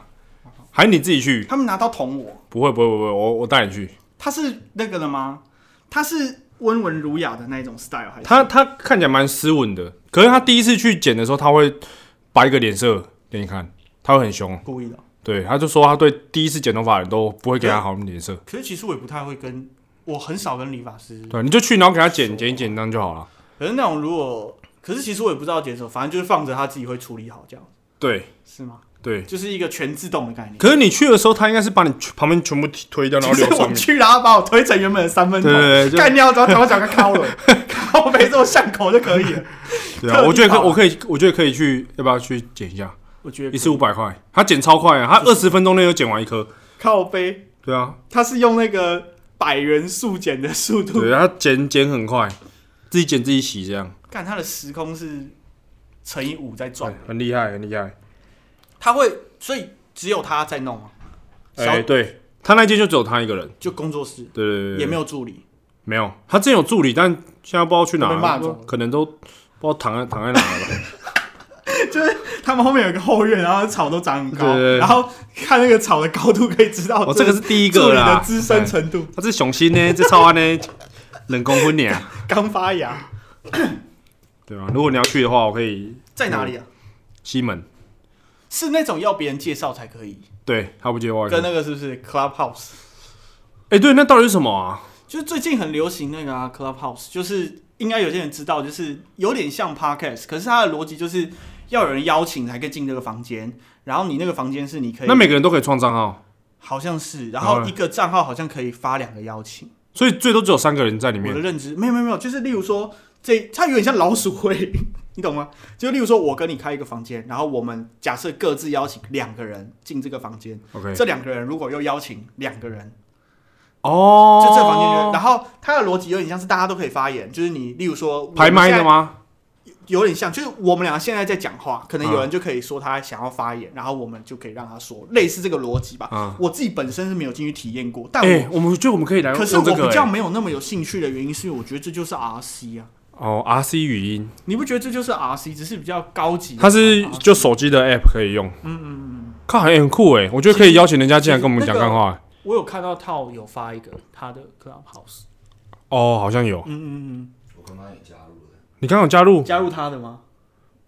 Speaker 1: 还是你自己去？
Speaker 2: 他们拿刀捅我，
Speaker 1: 不会，不会，不会，我我带你去。
Speaker 2: 他是那个的吗？他是温文儒雅的那一种 style 还是？
Speaker 1: 他他看起来蛮斯文的，可是他第一次去剪的时候，他会摆一个脸色给你看，他会很凶。
Speaker 2: 故意的哦。
Speaker 1: 对，他就说他对第一次剪头发的人都不会给他好脸色。
Speaker 2: 可是其实我也不太会跟，我很少跟理发师。
Speaker 1: 对，你就去，然后给他剪剪一剪，这样就好了。
Speaker 2: 可是那种如果，可是其实我也不知道解手，反正就是放着他自己会处理好，这样
Speaker 1: 对
Speaker 2: 是吗？
Speaker 1: 对，
Speaker 2: 就是一个全自动的概念。
Speaker 1: 可是你去的时候，他应该是把你旁边全部推掉，然后
Speaker 2: 就
Speaker 1: 留
Speaker 2: 是
Speaker 1: 上
Speaker 2: 我
Speaker 1: 面。
Speaker 2: 去，然后把我推成原本的三分头
Speaker 1: 对对对，就
Speaker 2: 干掉之后，他把脚给敲 [laughs] 了，靠背做巷口就可以
Speaker 1: [laughs]
Speaker 2: 了。
Speaker 1: 对啊，
Speaker 2: 特地
Speaker 1: 我觉得可
Speaker 2: 跑
Speaker 1: 我可以，我觉得可以去，要不要去剪一下？
Speaker 2: 我觉
Speaker 1: 一
Speaker 2: 得
Speaker 1: 次五百块，他剪超快啊，他二十分钟内就剪完一颗。
Speaker 2: 靠背，
Speaker 1: 对啊，
Speaker 2: 他是用那个百元速减的速度
Speaker 1: 对，他剪剪很快，自己剪自己洗这样，
Speaker 2: 干他的时空是乘以五在转
Speaker 1: 很，很厉害，很厉害。
Speaker 2: 他会，所以只有他在弄啊，
Speaker 1: 哎、
Speaker 2: 少
Speaker 1: 对他那间就只有他一个人，
Speaker 2: 就工作室
Speaker 1: 对对对，
Speaker 2: 也没
Speaker 1: 有
Speaker 2: 有助理，
Speaker 1: 没有，他之前有助理，但现在不知道去哪
Speaker 2: 都被骂
Speaker 1: 了
Speaker 2: 走，
Speaker 1: 可能都不知道躺在躺在哪
Speaker 2: [laughs]
Speaker 1: 了吧。
Speaker 2: 他们后面有一个后院，然后草都长很高，
Speaker 1: 对对对
Speaker 2: 然后看那个草的高度可以知道
Speaker 1: 哦，这个是第一
Speaker 2: 助
Speaker 1: 个
Speaker 2: 理的
Speaker 1: 啦，哎
Speaker 2: 资深程度，
Speaker 1: 他是雄心呢，这超安呢，冷公婚呢，
Speaker 2: 刚发芽，
Speaker 1: 对吧、如果你要去的话，我可以
Speaker 2: 在哪里
Speaker 1: 嗯
Speaker 2: 啊？
Speaker 1: 西门，
Speaker 2: 是那种要别人介绍才可以，
Speaker 1: 对他不接话。
Speaker 2: 跟
Speaker 1: 哎、
Speaker 2: 那个是不是 Clubhouse？
Speaker 1: 对，那到底是什么啊？
Speaker 2: 就是最近很流行那个啊 Clubhouse，就是应该有些人知道，就是有点像 Podcast，可是它的逻辑就是要有人邀请才可以进这个房间，然后你那个房间是你可以
Speaker 1: 那每个人都可以创账号，
Speaker 2: 好像是，然
Speaker 1: 然后
Speaker 2: 后
Speaker 1: 呢
Speaker 2: 一个账号好像可以发两个邀请。
Speaker 1: 所以最多只有三个人在里
Speaker 2: 我的
Speaker 1: 面。
Speaker 2: 认知没有没有没有，就是例如说，这它有点像老鼠会， [laughs] 你懂吗？就例如说，我跟你开一个房间，然后我们假设各自邀请两个人进这个房间，
Speaker 1: OK，
Speaker 2: 这两个人如果又邀请两个人，
Speaker 1: 哦
Speaker 2: 就，这房间就，然后它的逻辑有点像是大家都可以发言，就是你例如说
Speaker 1: 排麦的？吗？
Speaker 2: 有点像，就是我们俩现在在讲话，可能有
Speaker 1: 嗯
Speaker 2: 人就可以说他想要发言，然后我们就可以让他说，类似这个逻辑吧。
Speaker 1: 啊，
Speaker 2: 我自己本身是没有进去体验过，但我
Speaker 1: 哎、我们觉得我们可以来
Speaker 2: 可
Speaker 1: 用
Speaker 2: 是我
Speaker 1: 这个、
Speaker 2: 比较
Speaker 1: 哎
Speaker 2: 没有那么有兴趣的原因，是因为我觉得这就是 RC 啊，
Speaker 1: 哦，RC 语音。
Speaker 2: 你不觉得这就是 RC，只是比较高级的 RC？
Speaker 1: 它是就手机的 app 可以用，嗯嗯嗯，看很酷哎、我觉得可以邀请人家进来跟我们讲干话、欸。
Speaker 2: 我有看到套有发一个他的 Clubhouse，
Speaker 1: 哦，好像有，
Speaker 2: 嗯嗯
Speaker 5: 我刚刚也加入了，
Speaker 1: 你刚好加入
Speaker 2: 嗯，加入他的吗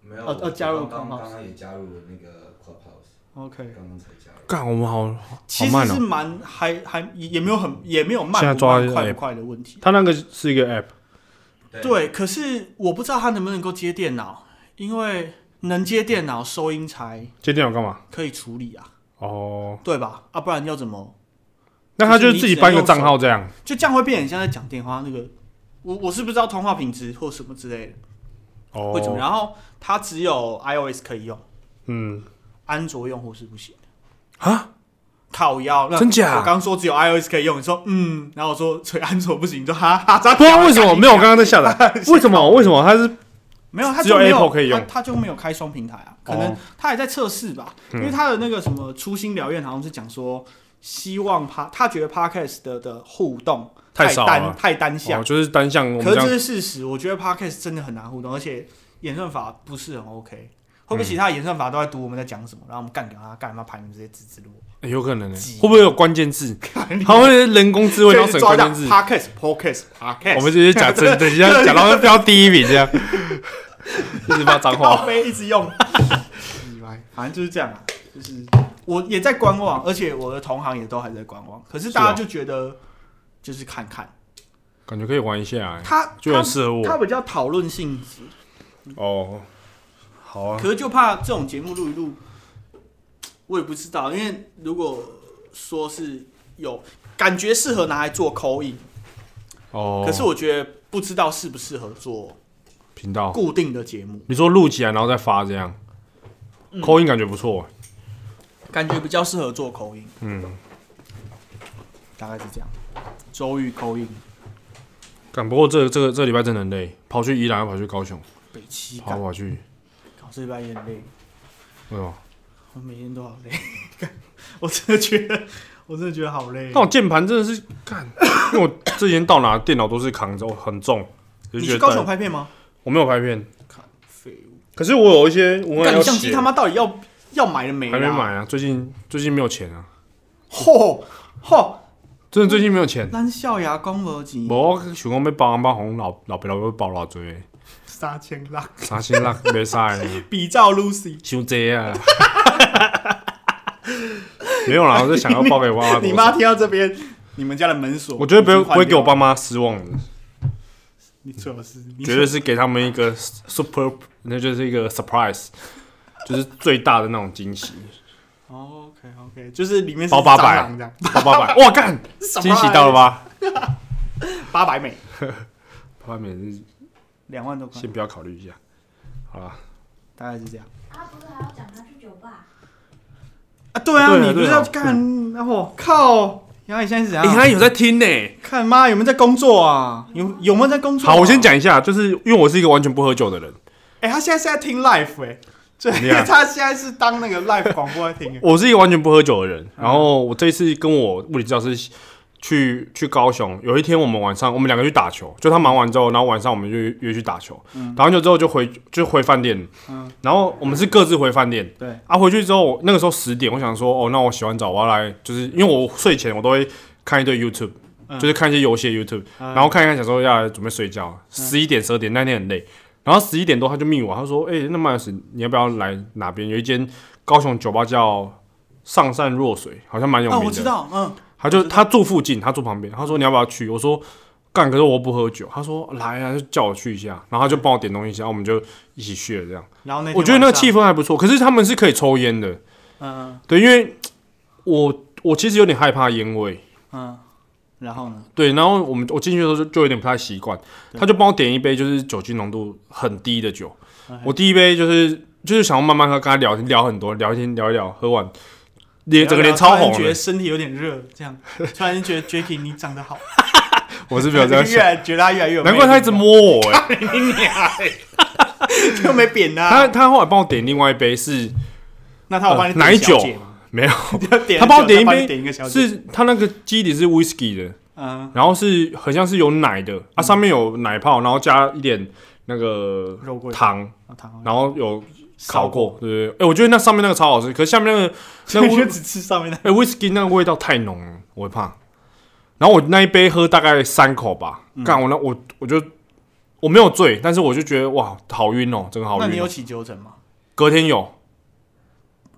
Speaker 5: 没有，
Speaker 2: 哦哦
Speaker 5: 我
Speaker 2: 加入
Speaker 5: 刚刚
Speaker 2: Clubhouse
Speaker 5: 刚刚也加入了那个 Clubhouse，
Speaker 2: ？OK，
Speaker 5: 刚刚才加入。
Speaker 1: 干，我们好好
Speaker 2: 其实
Speaker 1: 慢哦、
Speaker 2: 是蛮还还也也没有很也没有慢
Speaker 1: 现在
Speaker 2: 不
Speaker 1: 抓哎
Speaker 2: 慢
Speaker 1: 一个
Speaker 2: 快
Speaker 1: app
Speaker 2: 不快的问题。
Speaker 1: 它那个是一个 app，
Speaker 2: 对，可是我不知道他能不能够接电脑，因为能接电脑收音才
Speaker 1: 接电脑干嘛？
Speaker 2: 可以处理啊，
Speaker 1: 哦，
Speaker 2: 对吧？啊，不然要怎么？
Speaker 1: 那他就是自己办一个账号这样。
Speaker 2: 就这样会变成像在讲电话那个，我我是不知道通话品质或什么之类的。
Speaker 1: 哦，
Speaker 2: 会怎么？然后它只有 iOS 可以用，
Speaker 1: 嗯，
Speaker 2: 安卓用户是不行
Speaker 1: 啊，
Speaker 2: 靠腰，那
Speaker 1: 真假
Speaker 2: 我刚说只有 iOS 可以用，你说嗯，然后我说所以安卓不行，你说哈哈，
Speaker 1: 不知道为什么没有，我刚刚在下 [laughs] 载，为什么？为什么它是？哦
Speaker 2: 没有，它
Speaker 1: 只有
Speaker 2: 就没
Speaker 1: Apple 可以用
Speaker 2: 它它就没有开双平台啊，可能
Speaker 1: 哦嗯
Speaker 2: 它还在测试吧，因为它的那个什么初心疗院好像是讲说，希望他他觉得 Podcast 的的互动
Speaker 1: 太少
Speaker 2: 单
Speaker 1: 了
Speaker 2: 太单
Speaker 1: 哦，
Speaker 2: 向，
Speaker 1: 就是单向我们
Speaker 2: 可
Speaker 1: 这
Speaker 2: 是这
Speaker 1: 样
Speaker 2: 是事实，我觉得 Podcast 真的很难互动，而且演算法不是很 OK。会不
Speaker 1: 嗯
Speaker 2: 会其他演算法都在读我们在讲什么，然后我们干掉他，干嘛排名这些字字路？
Speaker 1: 欸有可能欸
Speaker 2: 挤
Speaker 1: 会不会有关键 [laughs] 字？它会人工智慧然后省关键字
Speaker 2: p？o d c a s t podcast
Speaker 1: [laughs]
Speaker 2: podcast，
Speaker 1: 我们直接讲真，等一下讲到标第一名这样，一直骂脏话
Speaker 2: 靠。背一直
Speaker 1: [laughs]
Speaker 2: 用，以外反正就是这样啊。就是我也在观望，而且我的同行也都还在观望，可是大家
Speaker 1: 是哦
Speaker 2: 就觉得就是看看
Speaker 1: 感觉可以玩一下、欸，
Speaker 2: 他，
Speaker 1: 就
Speaker 2: 他
Speaker 1: 很适合
Speaker 2: 他
Speaker 1: 我。
Speaker 2: 比较讨论性质，
Speaker 1: 哦，好啊，
Speaker 2: 可是就怕这种节目录一录，我也不知道，因为如果说是有感觉适合拿来做口音，
Speaker 1: 哦，
Speaker 2: 可是我觉得不知道适不适合做
Speaker 1: 频道，
Speaker 2: 固定的节目，
Speaker 1: 你说录起来然后再发这样，口音感觉不错、欸
Speaker 2: 感觉比较适合做口音，
Speaker 1: 嗯，
Speaker 2: 大概是这样。周瑜口音，
Speaker 1: 干不过这这个这礼拜真的很累，跑去宜兰，跑去高雄，哎
Speaker 2: 北七
Speaker 1: 跑来
Speaker 2: 感，
Speaker 1: 跑去，
Speaker 2: 搞这半眼泪。
Speaker 1: 为什么？
Speaker 2: 我每天都好累， [laughs] 我真的觉得，我真的觉得好累。
Speaker 1: 但我键盘真的是干，因为我之前到哪电脑都是扛着，我很重，就
Speaker 2: 你
Speaker 1: 觉
Speaker 2: 去
Speaker 1: 得
Speaker 2: 高雄
Speaker 1: 带
Speaker 2: 拍片吗？
Speaker 1: 我没有拍片，
Speaker 2: 看废物，
Speaker 1: 可是我有一些文案
Speaker 2: 干
Speaker 1: 要
Speaker 2: 你相机
Speaker 1: 写，
Speaker 2: 他妈到底要要买了没？
Speaker 1: 还没。买啊，最近最近没有钱啊，
Speaker 2: 嚯嚯，
Speaker 1: 真的最近没有钱。
Speaker 2: 咱笑牙讲无钱，
Speaker 1: 我想讲要包红包红老老爸老要包偌济，
Speaker 2: 三千六，
Speaker 1: 三千六袂使的，
Speaker 2: 比照 Lucy。
Speaker 1: 伤济啊。没有啦，我就想要包给我爸妈。
Speaker 2: 你妈，听到这边，你们家的门锁，
Speaker 1: 啊我觉得不会不会给我爸
Speaker 2: 帮。
Speaker 1: 妈失望的，
Speaker 2: 你最好是，你
Speaker 1: 绝对是给他们一个 super，那就是一个 surprise，就是最大的那种惊喜。
Speaker 2: 哦 OK OK，就是里面是
Speaker 1: 包八百
Speaker 2: 蟑螂这样， [laughs]
Speaker 1: 八八 [laughs] 百，哇干，
Speaker 2: 什么
Speaker 1: 惊喜到了吧？
Speaker 2: 八百美，
Speaker 1: 八百是
Speaker 2: 两万多块，
Speaker 1: 先不要考虑一下，好啦，
Speaker 2: 大概是这样。
Speaker 6: 他不是还要讲他去酒吧？
Speaker 2: 啊，对啊，
Speaker 1: 对啊
Speaker 2: 你不
Speaker 1: 对
Speaker 2: 是
Speaker 1: 啊哎
Speaker 2: 要干？然后靠，杨宇现在是怎样？
Speaker 1: 有在听呢。
Speaker 2: 看妈有没有在工作啊？有有没有在工作、啊
Speaker 1: 好，我先。讲一下，就是因为我是一个完全不喝酒的人，
Speaker 2: 哎、他现在是在听 live 哎、对
Speaker 1: 厉害，
Speaker 2: 他现在是当那个 live 广播在听、欸。
Speaker 1: 我是一个完全不喝酒的人。然后我这一次跟我物理治疗师去去高雄，有一天我们晚上我们两个去打球，就他忙完之后，然后晚上我们就约约去打球，打完球之后就回就回饭店，
Speaker 2: 嗯
Speaker 1: 然后我们是各自回饭店。
Speaker 2: 对，
Speaker 1: 啊，回去之后那个时候十点，我想说哦，那我洗完澡我要来，就是因为我睡前我都会看一堆 YouTube，、
Speaker 2: 嗯
Speaker 1: 就是看一些游戏的 YouTube，、
Speaker 2: 嗯
Speaker 1: 然后看一看，想说要来准备睡觉，十一点十二点那天很累，然后十一点多他就密我，他说哎、那麦尔斯你要不要来哪边？有一间高雄酒吧叫上善若水，好像蛮有
Speaker 2: 啊，
Speaker 1: 名的。
Speaker 2: 我知道，嗯，
Speaker 1: 他就
Speaker 2: 我知道
Speaker 1: 他住附近，他住旁边。他说你要不要去？我说干，可是我不喝酒。他说来啊，就叫我去一下，然后他就帮我点东西，然后啊我们就一起去了这样。
Speaker 2: 然后那天
Speaker 1: 我觉得那个
Speaker 2: 晚上
Speaker 1: 气，氛还不错，可是他们是可以抽烟的。
Speaker 2: 嗯
Speaker 1: 对，因为我我其实有点害怕烟味，
Speaker 2: 嗯，然后呢？
Speaker 1: 对，然后我们我进去的时候就就有点不太习惯，他就帮我点一杯就是酒精浓度很低的酒，
Speaker 2: 哎
Speaker 1: 我第一杯就是就是想要慢慢喝，跟他聊天聊很多，聊天聊一聊，喝完脸整个脸超红
Speaker 2: 突然觉
Speaker 1: 了
Speaker 2: 得，身体有点热，这样，突然间觉得 Jacky 你长得好，
Speaker 1: 我是没有这样
Speaker 2: [laughs] 越
Speaker 1: 想，
Speaker 2: 来觉得他越来越有魅
Speaker 1: 难
Speaker 2: 力，
Speaker 1: 怪他一直摸我、欸，
Speaker 2: 又没扁他、
Speaker 1: 他他后来帮我点另外一杯是
Speaker 2: 那他有帮你
Speaker 1: 呃奶酒
Speaker 2: 点小姐吗
Speaker 1: 没有，
Speaker 2: 点
Speaker 1: 他帮我点
Speaker 2: 点
Speaker 1: 一杯
Speaker 2: 点一个小姐，
Speaker 1: 是他那个基底是 whisky 的，
Speaker 2: 嗯，
Speaker 1: 然后是很像是有奶的，它、上面有奶泡，然后加一点那个
Speaker 2: 肉桂
Speaker 1: 糖，
Speaker 2: 好糖哦
Speaker 1: 然后有
Speaker 2: 烧
Speaker 1: 烤过，对不对？哎、我觉得那上面那个超好吃，可是下面那个那
Speaker 2: [laughs] 我就
Speaker 1: 个
Speaker 2: 只吃上面的。
Speaker 1: 哎、whisky 那个味道太浓了，我会怕。然后我那一杯喝大概三口吧，
Speaker 2: 嗯
Speaker 1: 干、我那我我就我没有醉，但是我就觉得哇，好晕哦，真的好
Speaker 2: 那你
Speaker 1: 晕、
Speaker 2: 有
Speaker 1: 哦。
Speaker 2: 起酒疹吗？
Speaker 1: 隔天有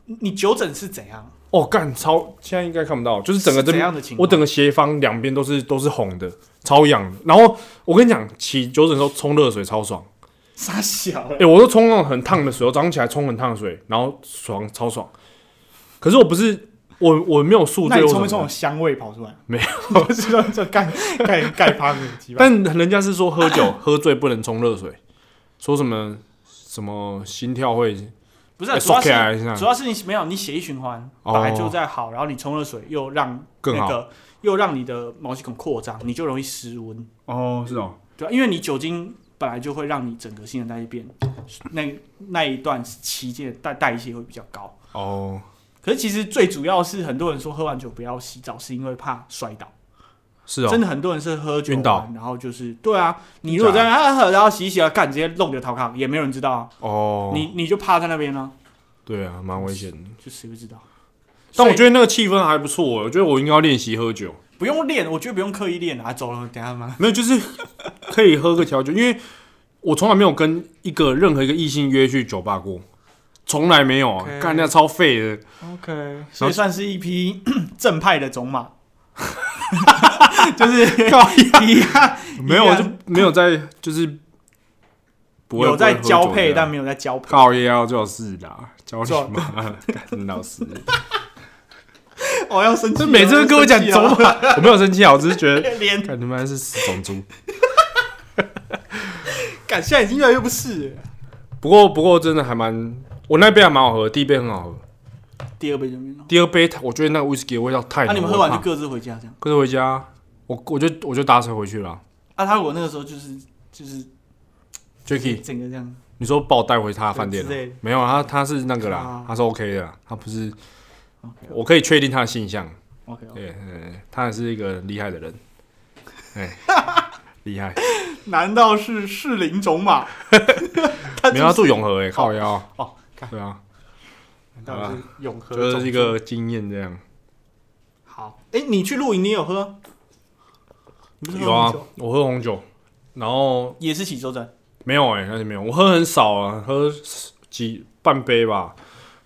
Speaker 2: 你你酒疹是怎样？
Speaker 1: 哦，干超现在应该看不到，就是整个这
Speaker 2: 是怎
Speaker 1: 边
Speaker 2: 样的情况？
Speaker 1: 我整个斜方两边都是都是红的，超痒的。然后我跟你讲，起酒疹的时候冲热水超爽，
Speaker 2: 傻小欸
Speaker 1: 哎、我都冲那种很烫的水，我早上起来冲很烫的水，然后爽超爽。可是我不是我我没有宿
Speaker 2: 那
Speaker 1: 醉，
Speaker 2: 你
Speaker 1: 我
Speaker 2: 冲
Speaker 1: 怎
Speaker 2: 没
Speaker 1: 么
Speaker 2: 冲有香味跑出来？
Speaker 1: 没
Speaker 2: 有，是说就盖盖盖趴你鸡巴。
Speaker 1: 但人家是说喝酒 [laughs] 喝醉不能冲热水，说什么什么心跳会
Speaker 2: 不是啊，
Speaker 1: 哎
Speaker 2: 主要
Speaker 1: 缩起
Speaker 2: 是
Speaker 1: 来这样
Speaker 2: 主要是你没有你血液循环
Speaker 1: 哦
Speaker 2: 本来就在好，然后你冲热水又让
Speaker 1: 更
Speaker 2: 那
Speaker 1: 好
Speaker 2: 个又让你的毛细孔扩张，你就容易失温，
Speaker 1: 哦，是哦，
Speaker 2: 对啊，因为你酒精本来就会让你整个新陈代谢变，那那一段期间的代代谢会比较高。
Speaker 1: 哦，
Speaker 2: 可是其实最主要是很多人说喝完酒不要洗澡，是因为怕摔倒。
Speaker 1: 是哦
Speaker 2: 真，的很多人是喝酒
Speaker 1: 晕倒
Speaker 2: 完，然后就是对啊，你如果在那边啊喝，然后洗一洗啊，干直接弄掉逃康，也没有人知道啊。
Speaker 1: 哦，
Speaker 2: 你你就趴在那边呢、
Speaker 1: 对啊，蛮危险的。
Speaker 2: 就谁会知道？
Speaker 1: 但我觉
Speaker 2: 得
Speaker 1: 得那个气氛还不错，我觉得我应该要练习喝酒，
Speaker 2: 不用练，我觉得不用刻意练啊。走了，等一下嘛。
Speaker 1: 没有就是 [laughs] 可以喝个调酒，因为我从来没有跟一个任何一个异性约去酒吧过，从来没有啊，
Speaker 2: OK
Speaker 1: 干那超废的，
Speaker 2: OK，所以算是一匹 [clears throat] 正派的种
Speaker 1: [laughs]
Speaker 2: 马，就是 [laughs] 一样
Speaker 1: [laughs] 没有
Speaker 2: 一样
Speaker 1: 就没有在就是不会
Speaker 2: 有在
Speaker 1: 不会喝酒
Speaker 2: 交配，
Speaker 1: 这
Speaker 2: 但
Speaker 1: 样
Speaker 2: 没有在交配。 [laughs]
Speaker 1: 靠腰就是啦，交
Speaker 2: 做
Speaker 1: 你妈，干老师。
Speaker 2: 我哦要生气
Speaker 1: [laughs] 这
Speaker 2: 了，
Speaker 1: 每次都跟我讲
Speaker 2: 生气
Speaker 1: 走
Speaker 2: 了
Speaker 1: 马， [laughs] 我没有生气啊，我只是觉
Speaker 2: [laughs]
Speaker 1: 得，
Speaker 2: 脸
Speaker 1: 看你们还是死种猪。
Speaker 2: 感，现在已经越来越不是了。
Speaker 1: 哎不过不过真的还蛮，我那杯还蛮好喝，第一杯很好喝，
Speaker 2: 第二杯就没了。
Speaker 1: 第二杯它我觉得那个 whisky 的味道太浓。
Speaker 2: 那、啊你们喝完
Speaker 1: 我
Speaker 2: 就
Speaker 1: 怕
Speaker 2: 各自回家这样。
Speaker 1: 各自回家，我我就我就搭车回去了。
Speaker 2: 啊，他如果那个时候就是就是
Speaker 1: Jacky，
Speaker 2: 整个这样
Speaker 1: 你说把我带回他的饭店、啊
Speaker 2: 对之类的？
Speaker 1: 没有啊，他他是那个啦
Speaker 2: 啊，
Speaker 1: 他是 OK 的啦，他不是，
Speaker 2: OK
Speaker 1: 我可以确定他的性向，
Speaker 2: OK，
Speaker 1: 对，嗯，他也是一个很厉害的人，哎，厉害，
Speaker 2: 难道是适龄
Speaker 1: [laughs]
Speaker 2: 种马？
Speaker 1: 没有他住永和哎，靠腰，
Speaker 2: 哦，看，
Speaker 1: 对啊，
Speaker 2: 难道是永和种
Speaker 1: 就
Speaker 2: 族？
Speaker 1: 是一个经验这样。
Speaker 2: 好。哎，你去露营，你有喝？你不是喝
Speaker 1: 有啊
Speaker 2: 红酒，
Speaker 1: 我喝红酒，然后
Speaker 2: 也是喜洲站。
Speaker 1: 没有哎、那就没有，我喝很少啊，喝几半杯吧。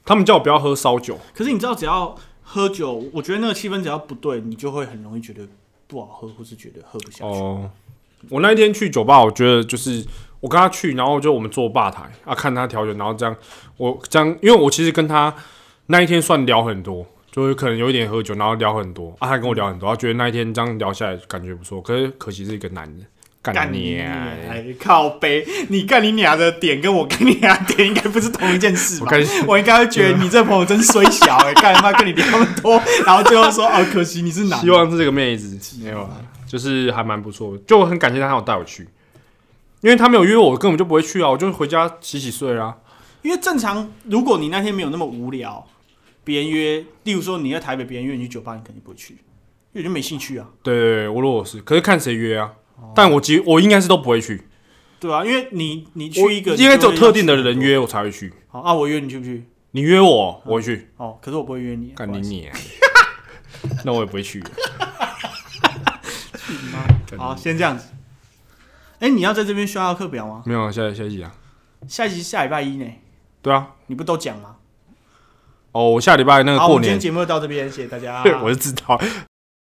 Speaker 1: 他们叫我不要喝烧酒，
Speaker 2: 可是你知道，只要喝酒，我觉得那个气氛只要不对，你就会很容易觉得不好喝，或是觉得喝不下去。
Speaker 1: 哦，我那一天去酒吧，我觉得就是我跟他去，然后就我们坐吧台啊，看他调酒，然后这样我这样，因为我其实跟他那一天算聊很多，就是可能有一点喝酒，然后聊很多啊，他跟我聊很多，他觉得那一天这样聊下来感觉不错，可是可惜是一个男的，干
Speaker 2: 干你
Speaker 1: 你、啊！
Speaker 2: 娘哎靠背，你干你娘的点跟我干你娘的点应该不是同一件事
Speaker 1: 我
Speaker 2: 吧？
Speaker 1: 干
Speaker 2: [laughs] 我应该会觉得你这朋友真衰小哎、干他妈跟你聊那么多，然后最后说哦，可惜你是男的。
Speaker 1: 希望是这个妹子，没有啊，就是还蛮不错的，就很感谢她有带我去，因为她没有约我，我根本就不会去啊，我就回家洗洗睡啊。
Speaker 2: 因为正常，如果你那天没有那么无聊，别人约，例如说你在台北，别人约你去酒吧，你肯定不会去，因为你就没兴趣啊，
Speaker 1: 对对对，我如果是，可是看谁约啊，
Speaker 2: 哦
Speaker 1: 但我几我应该是都不会去，
Speaker 2: 对啊，因为你你
Speaker 1: 我
Speaker 2: 去一个，
Speaker 1: 应该只有特定的
Speaker 2: 你就会
Speaker 1: 人
Speaker 2: 要去很多。
Speaker 1: 约我才会去，
Speaker 2: 好啊，我约你去不去？
Speaker 1: 你约我我会去，
Speaker 2: 哦，可是我不会约你，
Speaker 1: 干
Speaker 2: 不
Speaker 1: 你
Speaker 2: 好意
Speaker 1: 你，
Speaker 2: 思
Speaker 1: [laughs] 那我也不会去。
Speaker 2: 好，先这样子。哎、你要在这边炫耀课表吗？
Speaker 1: 没有啊，下下一集啊，
Speaker 2: 下一集下礼拜一呢，
Speaker 1: 对啊，
Speaker 2: 你不都讲吗？
Speaker 1: 哦，我下礼拜那个
Speaker 2: 好，我
Speaker 1: 过
Speaker 2: 们今
Speaker 1: 年 [laughs]。
Speaker 2: 天，节目就到这边，谢谢大家
Speaker 1: 我就知道，